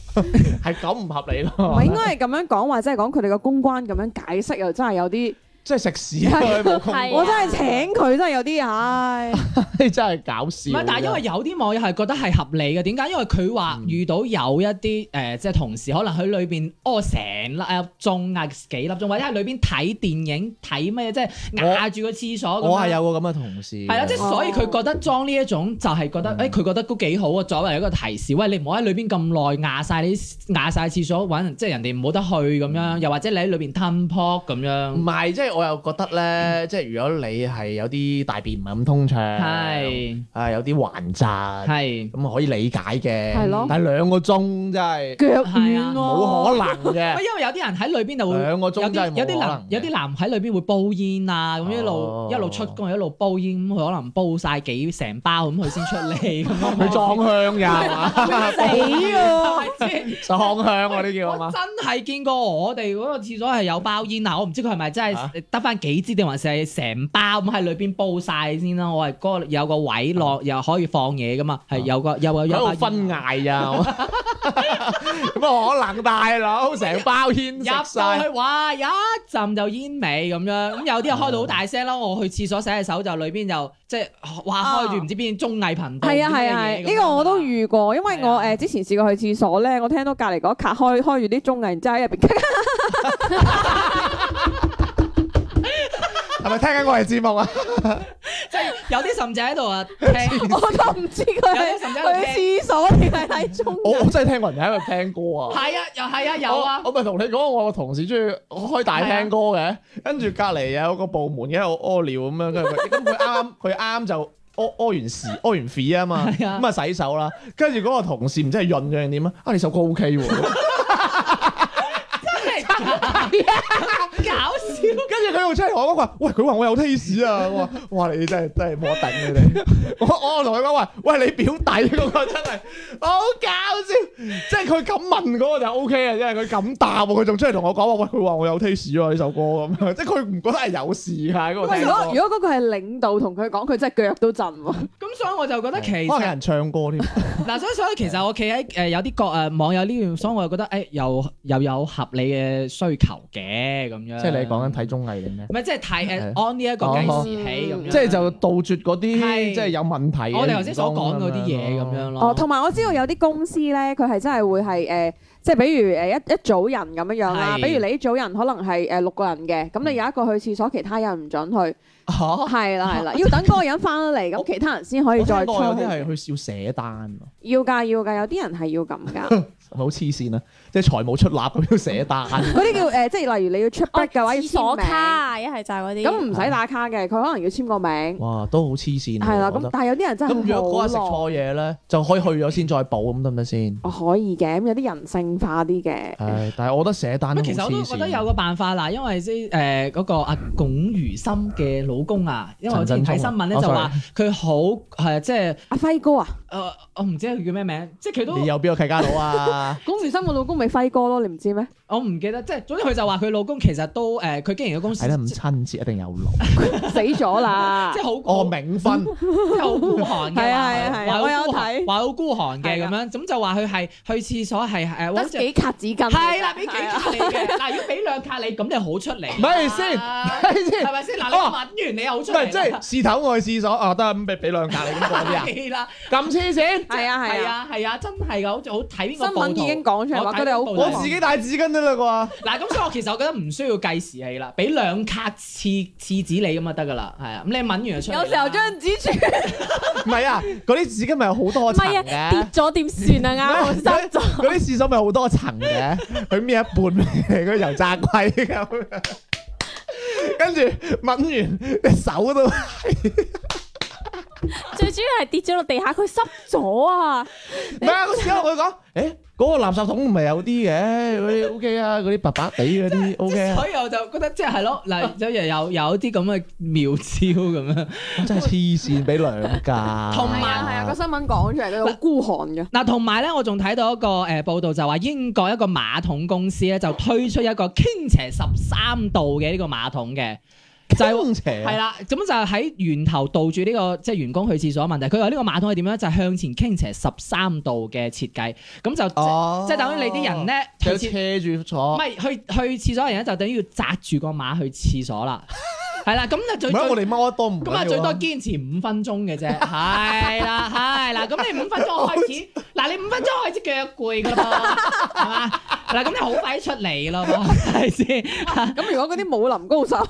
係咁唔合理
唔
咯
係。應該係咁樣講，或者係講佢哋個公關咁樣解釋，又真係有啲，
即係食屎啊！佢 冇空
係啊
我真係請佢真係有 啲，唉，
真係搞笑
唔
㗎。
係，但係因為有啲網友係覺得係合理嘅，點解？因為佢
嗯
話遇到有一啲誒、呃即係同事可能喺裏邊屙成粒誒鐘啊幾粒鐘，或者喺裏邊睇電影睇咩，即係壓住個廁所咁樣。
我係有個咁嘅同事嘅，
係啦，啊即係所以佢覺得裝呢一種就係覺得，誒哎
嗯
佢、覺得都幾好啊，作為一個提示，喂你唔好喺裏邊咁耐，壓晒你
嗯
壓晒廁所揾，即係人哋冇得去咁樣，又或者你喺裏邊吞泡咁
唔
樣，
係，即係係我又覺得
嗯
咧，即係如果你係有啲大便唔係咁通暢，
係
啊有啲患疾，咁
係
可以理解嘅。
係咯
但係兩個鐘真係
腳
係啊
軟喎，
冇可能
喂
嘅，
因為有啲人喺裏邊就會
兩個
有
鐘真係
啲有啲
冇可
男
能
有啲
嘅。
男喺裏邊會煲煙啊，咁一
哦
路一路出工，一路煲煙，咁佢可能煲晒幾成包咁，佢先出 嚟咁樣。
佢撞香 㗎係嘛？
死 啊！係咪先
撞香哦啊！呢叫係
我
嘛？
真係見過我哋嗰個廁所係有包煙啊！我唔知佢係咪真
啊
係得翻幾支定還是係成包咁喺裏邊煲晒先啦。我係嗰個有個位落又可以放嘢噶嘛，係有個有個有
啊喺
包
度
煙啊
分嗌咋， 咁啊可能大佬成包煙
入
食
到
晒
去，，哇！一陣就煙味咁樣，咁有啲人開到好大聲啦。我去廁所洗下手就裏邊就即係哇開住唔知邊綜藝頻道，
係啊
唔知
係
咩
啊係，
嘢咁
呢
樣
個我都
啊
遇過，因為
係
我
啊
誒之前試過去廁所咧，我聽到隔離嗰一卡開開住啲綜藝，然之後喺入邊
係咪聽緊我哋節目啊？
有啲甚至喺度啊 聽。
我都唔知佢
有
係
啲甚至喺度聽
去廁所定係睇綜
我
藝。
我真係聽過人哋喺度聽歌啊！
係啊，又係啊，有啊
我，我咪同你講，我個同事中意開大聽歌嘅，跟住隔離有個部門嘅喺度屙尿咁樣，跟住佢咁佢啱佢啱就屙屙完屎屙完屎啊嘛，
係啊
咁啊洗手啦，跟住嗰個同事唔知係潤咗定點啊？啊你首歌 OK 喎！
啊搞笑。
跟住佢又出嚟同我講話，喂，佢話我有 taste 啊！我話，哇，你真係真係冇得頂你哋！我我同佢講話，喂，你表弟嗰個真係好搞笑，即係佢咁問嗰個就 O K 啊，因為佢咁答喎，佢仲出嚟同我講話，喂，佢話我有 taste 啊呢首歌咁樣， 即係佢唔覺得係有事㗎嗰個
喂
聽
如果
歌。
如果嗰個係領導同佢講，佢真係腳都震喎。
咁所以我就覺得其
可能有
實
人唱歌添，
嗱，所以所以其實我企喺誒有啲國誒網友呢段，所以我就覺得誒又又有合理嘅需求嘅咁樣。
即係你講緊睇綜藝定咩？
唔係即係睇
係哦
誒按呢一個計時器咁樣。
即係就杜絕嗰啲
係
即係啊有問題嘅員工咁樣咯。
我哋頭先所講嗰啲
啊
嘢咁樣咯。
哦，同埋我知道有啲公司咧，佢係真係會係誒、呃即係比如誒一一組人咁樣樣啦，
係
比如你呢組人可能係呃誒六個人嘅，
嗯
咁你有一個去廁所，其他人唔准去，
嚇
係啦係啦，要等嗰個人翻嚟，咁其他人先可以
哦 我
再
聽
出
過有啲
去。
係去要寫單喎。
要㗎要㗎，有啲人係要咁 㗎，
係咪好黐線啊！即係財務出納咁樣寫單，
嗰啲叫誒、呃即係例如你要出
哦
筆嘅話要
廁所
簽
卡
名，
啊，一係就係嗰啲。
咁唔使打卡嘅，佢可能要簽個名，
哇，都好黐線啊。
係啦，
我覺
咁
得
但係有啲人真係
咁如果嗰日食
好耐。
錯嘢咧，就可以去咗先再補，咁得唔得先？
哦可以嘅，咁有啲人性化啲嘅，
唉，但係我覺得寫單都
咁
好
其實我都
黐
覺得
線。
有個辦法啦，因為即係誒嗰個阿龔如心嘅老公啊，因為我之前睇新聞咧
陳振
就
聰啊
話佢好係即係
阿輝哥啊，
誒我唔知佢叫咩名，即係佢都
你有邊個契家佬啊？
龔如心個老公咪輝哥咯，你唔知咩？
我唔記得，即係總之佢就話佢老公其實都誒佢經營嘅公司
睇得唔親切，一定有路。
死咗啦
即！係好
哦，銘芬
即係好孤寒嘅，
係啊係啊係啊
話好
我有
孤寒
睇
話好孤寒嘅咁樣，咁就話佢係去廁所係誒，
得
好似
幾卡紙巾，
係啦，俾幾
啊
卡你嘅，嗱，如果俾兩卡你，咁你好出嚟，啊
唔係先係先
係咪先？嗱，
哦
你揾完你又好
唔
出嚟啦，
係即係試頭我去廁所啊，得啊咁俾俾兩格你咁嗰啲啊，
係啦，
咁黐線！
係啊係
係
啊，
啊係啊，真係噶，好似好睇邊
新
個報
聞已經講出嚟話佢哋好
我睇
我
過
自己帶紙巾得啦啩，
嗱，咁所以我其實我覺得唔需要計時器啦，俾兩卡廁廁紙你咁就得噶啦，係啊，咁你揾完就出嚟啦。
有時候張紙住
唔係啊，嗰啲紙巾咪有好多
唔
層
係
嘅
啊，，跌咗點算 啊？啱好濕咗。
嗰啲廁所咪好多層嘅，佢搣一半俾你嗰啲油炸鬼咁，跟住抿完隻 手都
最主要係跌咗落地下，佢濕咗啊！
唔係啊！嗰時我同佢講，誒嗰個垃圾桶唔係有啲嘅，嗰啲 OK 啊，嗰啲白白地嗰啲 OK 啊，
所以我就覺得即係係咯， 嗱，有有有啲咁嘅妙招咁樣。
真係黐線，俾兩架。
同埋
啊，係啊，個新聞講出嚟， 佢好孤寒嘅。
嗱，同埋咧，我仲睇到一個誒、呃、報道就話英國一個馬桶公司咧就推出一個傾斜十三度嘅呢個馬桶嘅，就係、
就邪
係啦，咁就喺源頭導住呢、個即係員工去廁所問題。佢話呢個馬桶係點樣？就係向前傾斜十三度嘅設計，咁就、
哦
即係等於你啲人咧去
就
廁
車住
唔
坐。
係去去廁所嘅人咧，就等於要擲住個馬去廁所啦。係啦，咁就最
唔係我
最
哋踎得多唔緊
咁
要
啊，最多堅持五分鐘嘅啫。 係啦，係啦，咁你五分鐘開 始，嗱你五分鐘開始腳攰噶啦噃，係嘛？嗱咁你好快出嚟 咯噃，係咪先？
咁如果嗰啲武林高手，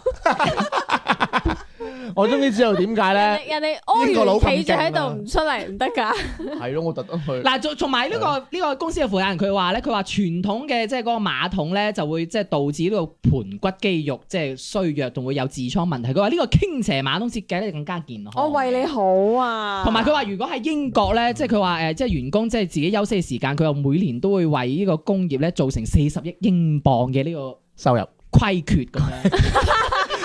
我我終於知道 點
人
解咧，
哋人哋
呃英國佬
屙
咁
完企住喺
勁啊
度唔出嚟唔得㗎。
係咯，我特登去。
嗱，仲同埋呢個呢個公司嘅負責人佢話咧，佢話傳統嘅即係嗰個馬桶咧，就會即係導致呢個盤骨肌肉即係衰弱，仲會有痔瘡問題。佢話呢個傾斜馬桶設計咧更加健康。
我為你好啊！
同埋佢話，如果喺英國咧，即係佢話誒，即係員工即係自己休息嘅時間，佢又每年都會為呢個工業咧造成四十億英鎊嘅呢個
收入
虧缺咁 樣。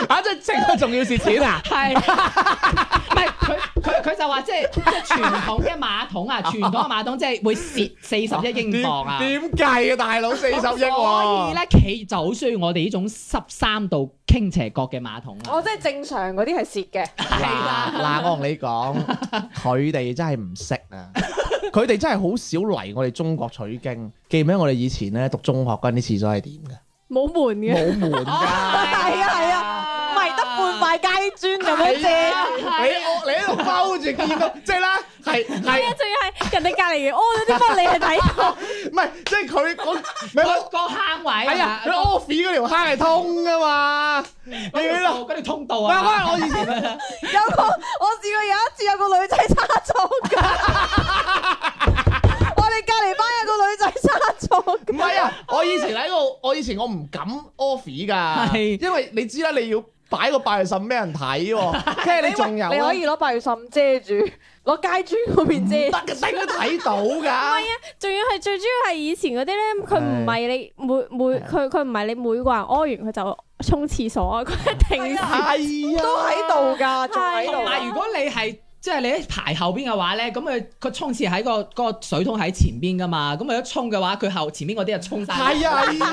啊，即係剩得仲要蝕錢啊！
係， 唔係佢佢佢就話即係即係傳統嘅馬桶 啊，傳統嘅馬桶即係會蝕四十億英鎊啊。
點計啊，大佬四十億
所以
喎！
咧，企業就好需要我哋呢種十三度傾斜角嘅馬桶啊
我
啦。
即係正常嗰啲係蝕嘅，
嗱嗱，我同你 講，佢哋真係唔識啊！佢哋真係好少嚟我哋中國取經。記唔記得我哋以前咧讀中學嗰陣啲廁所係點嘅？
冇門嘅，
冇門
哦
㗎。
係啊係啊，唔係得半塊街磚咁樣啫。
你
啊
我你喺度踎 住見到，即係啦，係係
仲要係人哋隔離屙咗啲乜，你係睇 到。
唔係即係佢嗰唔係
個個坑位
係啊，佢
嗰
off 嗰條坑係通噶嘛？你
條
嗰度
路嗰條通道
唔
啊
係，可能我以前
有個我試過有一次有個女仔差錯㗎，我哋隔離班有個女 仔差錯
唔係啊，我以前喺度，我以前我唔敢 off 㗎，
係
因為你知啦，你要擺個八月十俾人 睇喎，即係你仲有
你
啊
可以攞八月十五遮住，攞街磚嗰邊遮
得嘅，頂都睇 到㗎。
啊
仲要係最主要係以前嗰啲咧，佢唔係你每每佢佢唔係你每個人屙完佢就沖廁所啊，佢一定
係啊，
都喺度㗎，仲喺
同埋
度。
如果你係啊即係你喺排後邊嘅話咧，咁佢佢沖廁喺個個水桶喺前邊噶嘛，咁佢一沖嘅話，佢後前邊嗰啲就沖晒。
係啊，係啊。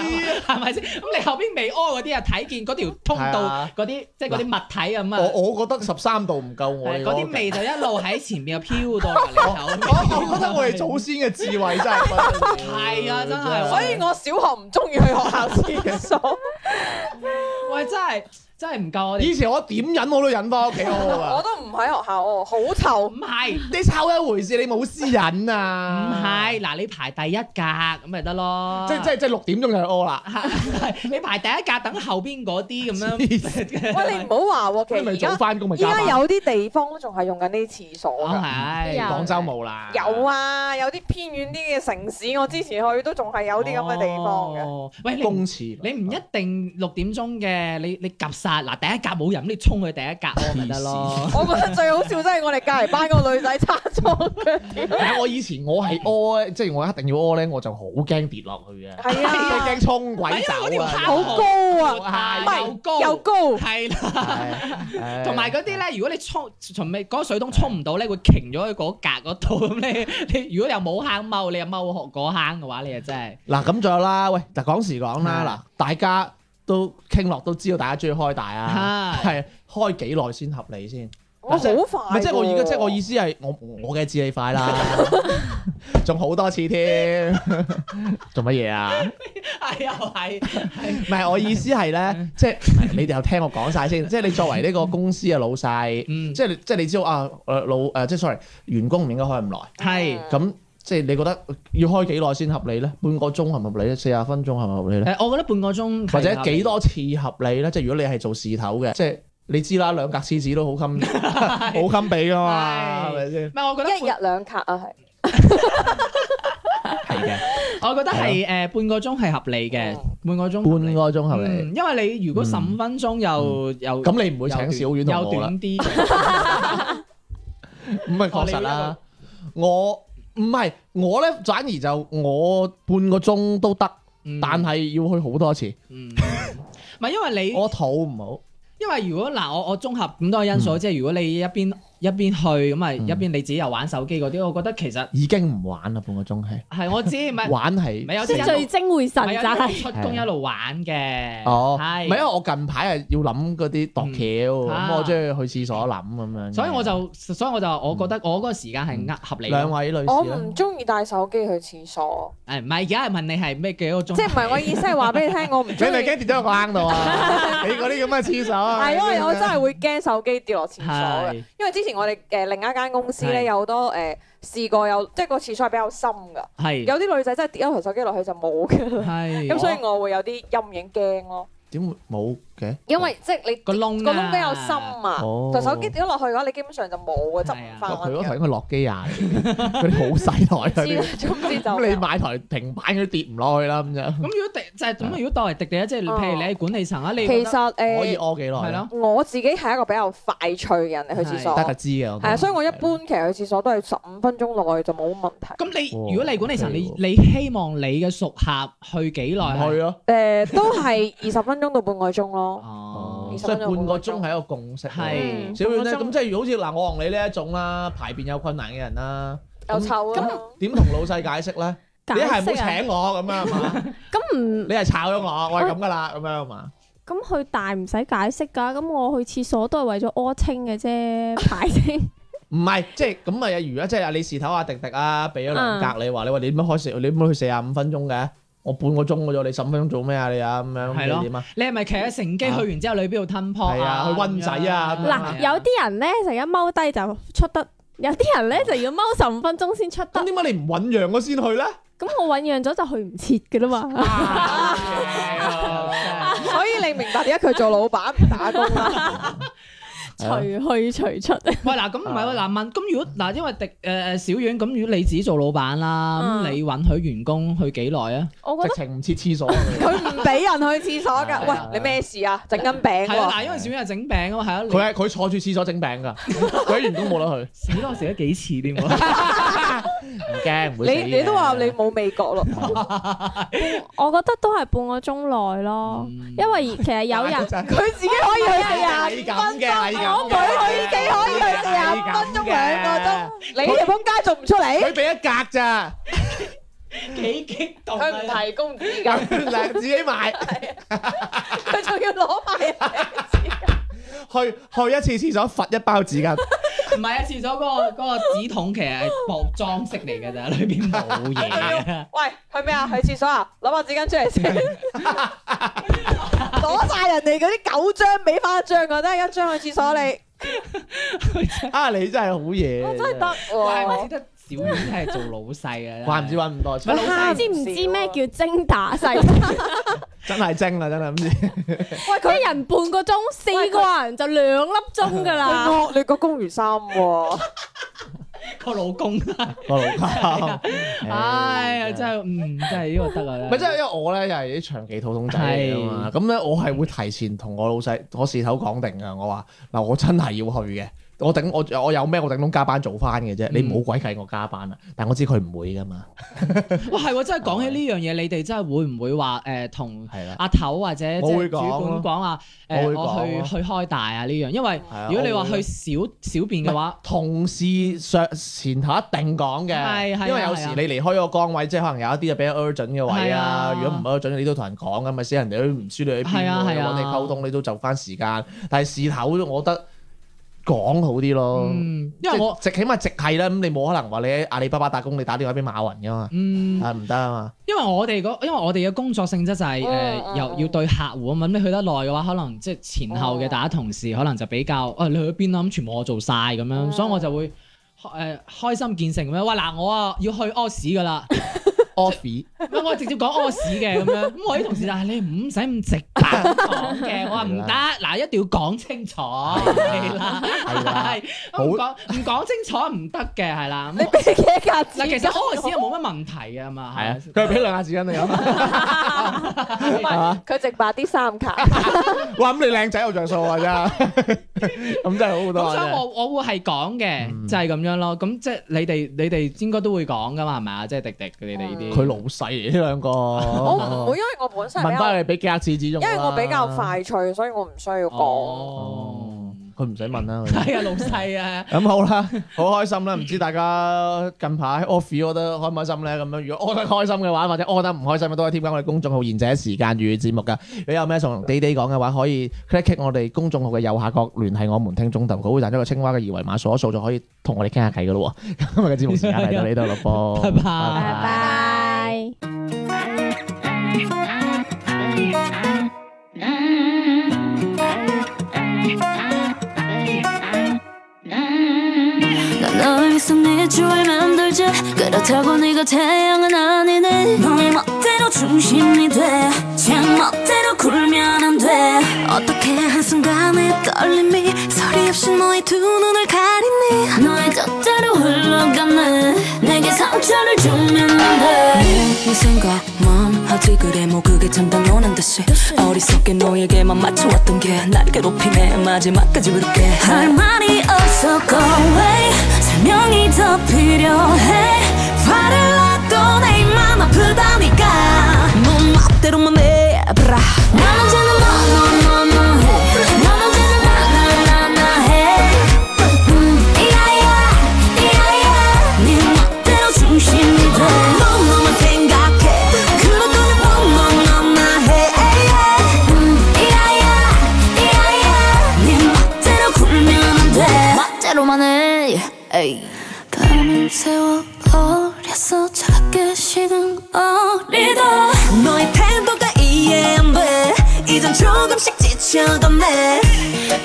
係咪先？咁你後邊未屙嗰啲啊，睇見嗰條通
係
道
啊
嗰啲，即係嗰啲物體咁啊，
我我覺得十三度唔夠我
係
哋
嗰啲味就一路喺前邊啊飄到嚟
我
你口。
我我覺得我哋祖先嘅智慧真係不得了
係啊真係
所以我小學唔中意去學校廁所，
喂，真係真係唔夠我哋
以前我點忍我都忍翻屋企 屙
我
啊！
都唔喺學校哦，好臭
唔。係
你臭一回事，你冇私隱
唔
啊！
係，嗱你排第一格咁咪得咯，
即即即六點鐘就去屙啦。
係你排第一格等後邊嗰啲咁
黐
樣。
喂，你唔好話喎，其
你咪
實
早
而家
翻工咪
而
加
家
班。
有啲地方都仲係用緊呢啲廁所
講
㗎。
哦係
有
廣州冇啦。
哎有。啊，有啲偏遠啲嘅城市，我之前去都仲係有啲咁嘅地方嘅。
哦。喂，你唔
公廁。
你 唔一定六點鐘嘅，你你及殺嗱第一格冇人，咁你衝去第一格屙咪得咯。
我覺得最好笑真係我哋隔離班個女仔差錯嘅，
但係我以前我係屙咧，即係我一定要屙咧，我就好驚跌落去嘅，
係啊，
驚衝鬼
係啊嗰
走
條
啊！
坑
好高啊，
啊
唔係
又高
又高，
係啦，
係
同埋嗰啲咧，如果你衝從未嗰個水桶衝唔到咧，會擎咗去嗰格嗰度 咁你你如果又冇坑踎，你又踎學嗰坑嘅話，你就真係
嗱咁仲有啦，喂，嗱講時講
嗯
啦，嗱大家都傾落都知道大家中意開大啊，係開幾耐先合理先？
我好
唔
快。
係即係我而家即係我意，思係我我嘅智力 快啦，仲好多次添， 做乜嘢啊？
係又係
唔係我意思係咧，
嗯
即係唔係你哋又聽我講晒 先，即係你作為呢個公司嘅老細，
嗯
即係你即係你知道啊，誒老誒即係 sorry，員工唔應該開咁耐，
係。
嗯
咁即係你覺得要開幾耐先合理咧？半個鐘合唔合理咧？四十分鐘合唔合理咧？
誒，我覺得半個鐘係
或者
合理
幾多次合理咧？即係如果你係做事頭嘅，即係你知啦，兩格廁紙都好 襟 好襟俾噶嘛，係
係
咪先
唔？係，我覺得
一日兩卡啊，係
係嘅，
我覺得係誒半個鐘係合理嘅，半個鐘合理
半個鐘合理。
嗯因為你如果十五分鐘又又
咁你唔會請小丸同
又
我啦？
短啲，
唔係確實啦，我唔係我咧，反而就我半個鐘都得，
嗯
但係要去好多次，
嗯唔係因為你
我肚唔好。
因為如果嗱我我綜合咁多因
嗯
素，即係如果你一邊一邊去咁啊，一邊你自己又玩手機嗰啲，我覺得其實
已經唔玩啦，半個鐘係
係我知唔 係
玩係
唔係有
即
啲
係
人
聚精會神
啊
係有
就
啲
係。
人出工一路玩嘅，
哦，唔係
係
因為我近排係要諗嗰啲度
嗯
橋，咁
啊
我中意去廁所諗咁樣。
所以我就所以我就我覺得我嗰個時間係呃合理嘅。
嗯兩位女士啊
我
啦
唔中意帶手機去廁所，
誒唔係而家係問你係咩幾個鐘？
即係唔係我意思係話俾你聽，我唔
你
中
咪
意
驚。跌咗個坑度 啊！你嗰啲咁嘅廁所啊，
係，因為我真係會驚手機跌落廁所嘅
係。
因為之前我哋誒另一間公司
係
咧有好多誒試過有，即係個廁所係比較深㗎。
係
有啲女仔
哦
真係跌咗台手機落去就冇㗎啦。
係
咁所以我會有啲陰影驚咯。
點會冇嘅？
因為即係你
個窿
個
啊
窿比較深啊
哦，
就手機掉咗落去嘅話，你基本上就冇嘅，執
係啊
唔翻
哇佢嗰台
嘅。
應該諾基亞嚟嘅，嗰啲好細台嗰啊
知啦
啲。，
總之就
咁你買台平板嗰啲跌唔落去啦，咁樣
咁如果滴就係
嗯
咁，如果當係滴滴咧，即係譬如你喺管理層啊，你
哦其
覺得
實
可
誒，
以屙幾耐？啊
係咯，
我自己係一個比較快脆嘅人嚟去廁所，
得個
係
知嘅。係
啊，所以我一般其實去廁所都係十五分鐘內就冇乜問題。
咁你
哦
如果你係管理層，你
係
你希望你嘅熟客去幾耐係？
唔去咯，
誒，都係二十分鐘到半個鐘咯。
哦
其實
所以半個鐘係一個共識。
係嗯
小遠咧，
半個鐘
咁即係好似嗱，我同你呢一種啦，排便有困難嘅人啦，
又臭啊咯，
點同老細解釋咧？你
解
係唔好
釋啊
請我咁啊係嘛？
咁唔
你係炒咗我，我係咁噶啦，咁樣係啊嘛？
咁佢大唔使解釋㗎，咁我去廁所都係為咗屙清嘅啫，排清。
唔係，即係咁啊！如果即係你士頭啊、迪迪啊，俾咗兩格你話，你話你點樣開四，你點樣去四十五分鐘嘅？我半個鐘嘅啫，你十五分鐘做咩啊？你啊咁樣，
係咯
你點啊？
你係咪騎喺乘機去
啊
完之後，你去邊度吞泡
係啊去灣仔啊咁樣
嗱，有啲人咧成日踎低就出得，有啲人咧就要踎十五分鐘先出
咁
得。
點解你唔醖釀我先去咧？
咁我醖釀咗就去唔切㗎啦 嘛。
所以你明白點解佢做老闆唔打工啦？
除去除出，
喂嗱，咁唔係喎嗱問，咁如果嗱，因為迪誒誒小遠，咁如果你自己做老闆啦，咁
嗯
你允許員工去幾耐啊？
我覺
直
得
情唔切廁所啊 佢
佢唔俾人去廁所㗎。
係啊
喂，你咩事啊？整緊餅
係啊，
喎。
嗱，因為小遠係整餅啊嘛，係啊，你
佢係佢坐住廁所整餅㗎，佢啲員工冇得去，
死咯，我食咗幾次添喎，
唔驚唔會死嘅
你你都話你冇味覺咯，
我覺得都係半個鐘內咯，因為其實有 人
真係
佢自己可以去
係
廿
咁嘅，係
我
咁
舉佢已經可以去廿五分鐘兩個鐘，你條風街做唔出嚟？
佢俾一格咋，
幾激動
佢唔
啊！
提供紙巾，
嗱自己買，
佢仲要攞 埋
去去一次廁所罰一包紙巾，
唔係啊，廁所嗰個嗰個紙筒其實係薄裝飾嚟㗎咋，裏邊冇嘢啊。
喂，去咩啊？去廁所啊？攞把紙巾出嚟先， 攞晒人哋嗰啲九張俾翻一張我，得一張去廁所你，
啊你真係好嘢，
真係得
怪唔
喎
知。得小遠係做老細啊，
怪唔知揾咁多
喂
錢，
老
知
細
唔知咩叫精打細 算？
真係精啦，真係唔知。
喂，
即
佢
係人半個鐘，四個人就兩粒鐘㗎
佢
啦。
惡劣過公如心喎，
個老公，啊
個老公，
唉 呀，真係嗯，真係呢個得啊。
咪即係因為我咧又係啲長期肚痛仔嚟噶嘛，咁咧我係會提前同我老細我事頭講定噶，我話嗱我真係要去嘅，我頂我我有咩我頂籠加班做翻嘅啫，
嗯
你唔好鬼計我加班啦，但我知佢唔會噶嘛，
哇，係喎！真係講起呢樣嘢，你哋真係會唔會話誒同
係啦，
阿頭或者即
我會
係
講
主管講話
我會
誒，
講
我
咯
去去開大啊呢樣？因為
係啊
如果你話
我
去
會
小小便嘅話，
同事上前頭一定講
係係
嘅，
啊
因為有時你離開個崗位，即係可能有一啲就比較 urgent 嘅位
係
啊
啊，
如果唔 urgent 你都同人講噶咪，死人哋都唔知你喺邊
係啊
喎，
係啊
揾你溝通你都就翻時間，但係事頭我覺得講好啲咯。
嗯，因
因為
為
我
我
直起碼直係啦，咁你冇可能話你喺阿里巴巴打工，你打電話俾馬雲噶嘛，
嗯，
啊唔得啊嘛，
因為我哋嗰因為我哋嘅工作性質就係誒，又要對客戶啊嘛，咁你去得耐嘅話，可能即係前後嘅大家同事可能就比較啊，你去邊啦？咁全部我做晒咁樣，所以我就會誒開心見誠咁樣。哇！嗱，我啊要去屙屎噶啦。
office
唔係我直接講屙屎嘅咁樣，咁我啲同事就係你唔使咁直白講嘅，我話唔得，嗱一定要講清楚，係啦，
係啦
係咁唔講唔講清楚唔得嘅，係 啦。
你
咁
俾幾格
嗱，
紙
其實屙屎又冇乜問題嘅嘛，
係啊，
係
佢係俾兩下紙巾你飲，
巾？佢直白啲三格。
哇咁你靚仔有着數啊真係，咁真係好好多
咁所
啊
以
真係
我我會係講
嗯
嘅，就係咁樣咯。咁即係你哋你哋應該都會講噶嘛，係咪啊？即係迪迪佢哋呢啲，
佢老細嚟呢兩個，
我唔會，因為我本身係比
問
較，
翻你俾幾下次紙
因
仲，
為我比較，快脆，所以我唔需要講。
哦，
佢唔使問啦。佢
係啊，老細啊，
咁好啦，好開心啦！唔知大家近排 office 覺得開唔開心咧？咁樣如果屙得開心嘅話，或者屙得唔開心嘅，都可以添加我哋公眾號《賢者時間與節目》噶。如果有咩想同 D D 講嘅話，可以 click click 我哋公眾號嘅右下角聯繫我們聽眾投稿，會彈咗個青蛙嘅二維碼掃一掃就可以同我哋傾下偈噶咯喎。今日嘅節目時間嚟到呢度咯噃，
拜拜
拜拜。
难道遇上你只会面对着各 그렇다고 네가 태양은 아니네 너의 멋대로 중심이 돼제 멋대로 굴면 안돼 어떻게 한순간에 떨림이 소리 없이 너의 두 눈을 가리니 너의 뜻대로 흘러가네 내게 상처를 주면 안돼 네 생각 만 하지 그래 뭐 그게 참다 너는 듯이 어리석게 너에게만 맞춰왔던 게 날 괴롭히네 마지막까지 그렇게 할 말이 없어 go away 설명이 더 필요해 화를 내도 내 맘 아프다니까 넌 멋대로만 해봐라 난 언제나 너너너너해 난 언제나 나나나나해 네 멋대로 중심이 돼 넌너만 생각해 그런 거는 넌넌넌나해 음, 네 멋대로 굴면 안돼 멋대로만 해 에이. 밤을 새워 어렸어 차갑게 식은 어리다 너의 태도가 이해 안돼 이젠 조금씩 지쳐갔네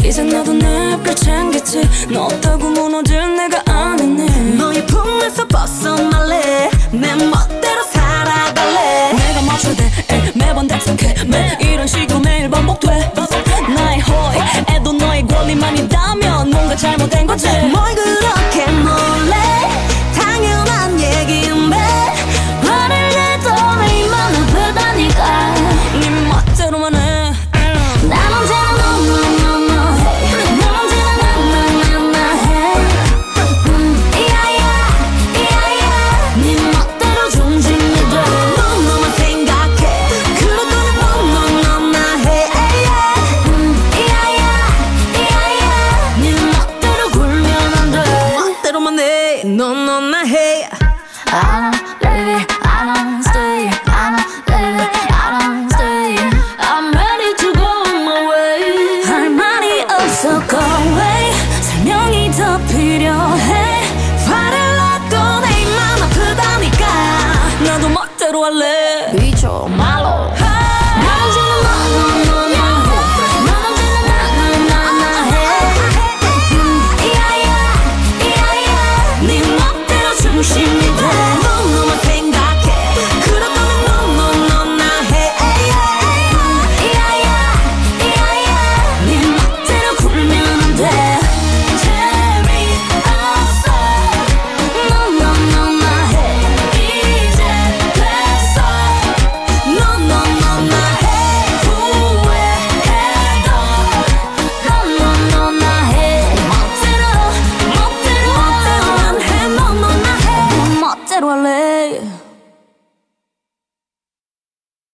이젠 너도 내걸 챙겼지 너 없다고 무너질 내가 아니네 너의 품에서 벗어날래 내 멋대로 살아갈래 내가 맞춰대 에, 매번 답답해 매 이런 식으로 매일 반복돼 나의 허위에도 너의 권리만 있다면 뭔가 잘못된 거지 뭘 그렇게 놀래 당연한 얘기인데 화를 내도 내맘 아프다니까 네 멋대로만 해난 언제나 너너너너해 난 언제나 나나나나해 음, 이야야 이야야 네 멋대로 중심이 돼 너너만 생각해 그럴 거는 너너너나해 이야야 이야야 네 멋대로 굴면 안돼 멋대로만 해 너너나해 I don't leave it, I don't stay I don't leave it, I don't stay I'm ready to go my way 할 말이 없어 go away 설명이 더 필요해 화를 내도 내맘 아프다니까 나도 멋대로 할래
미쳐 마
네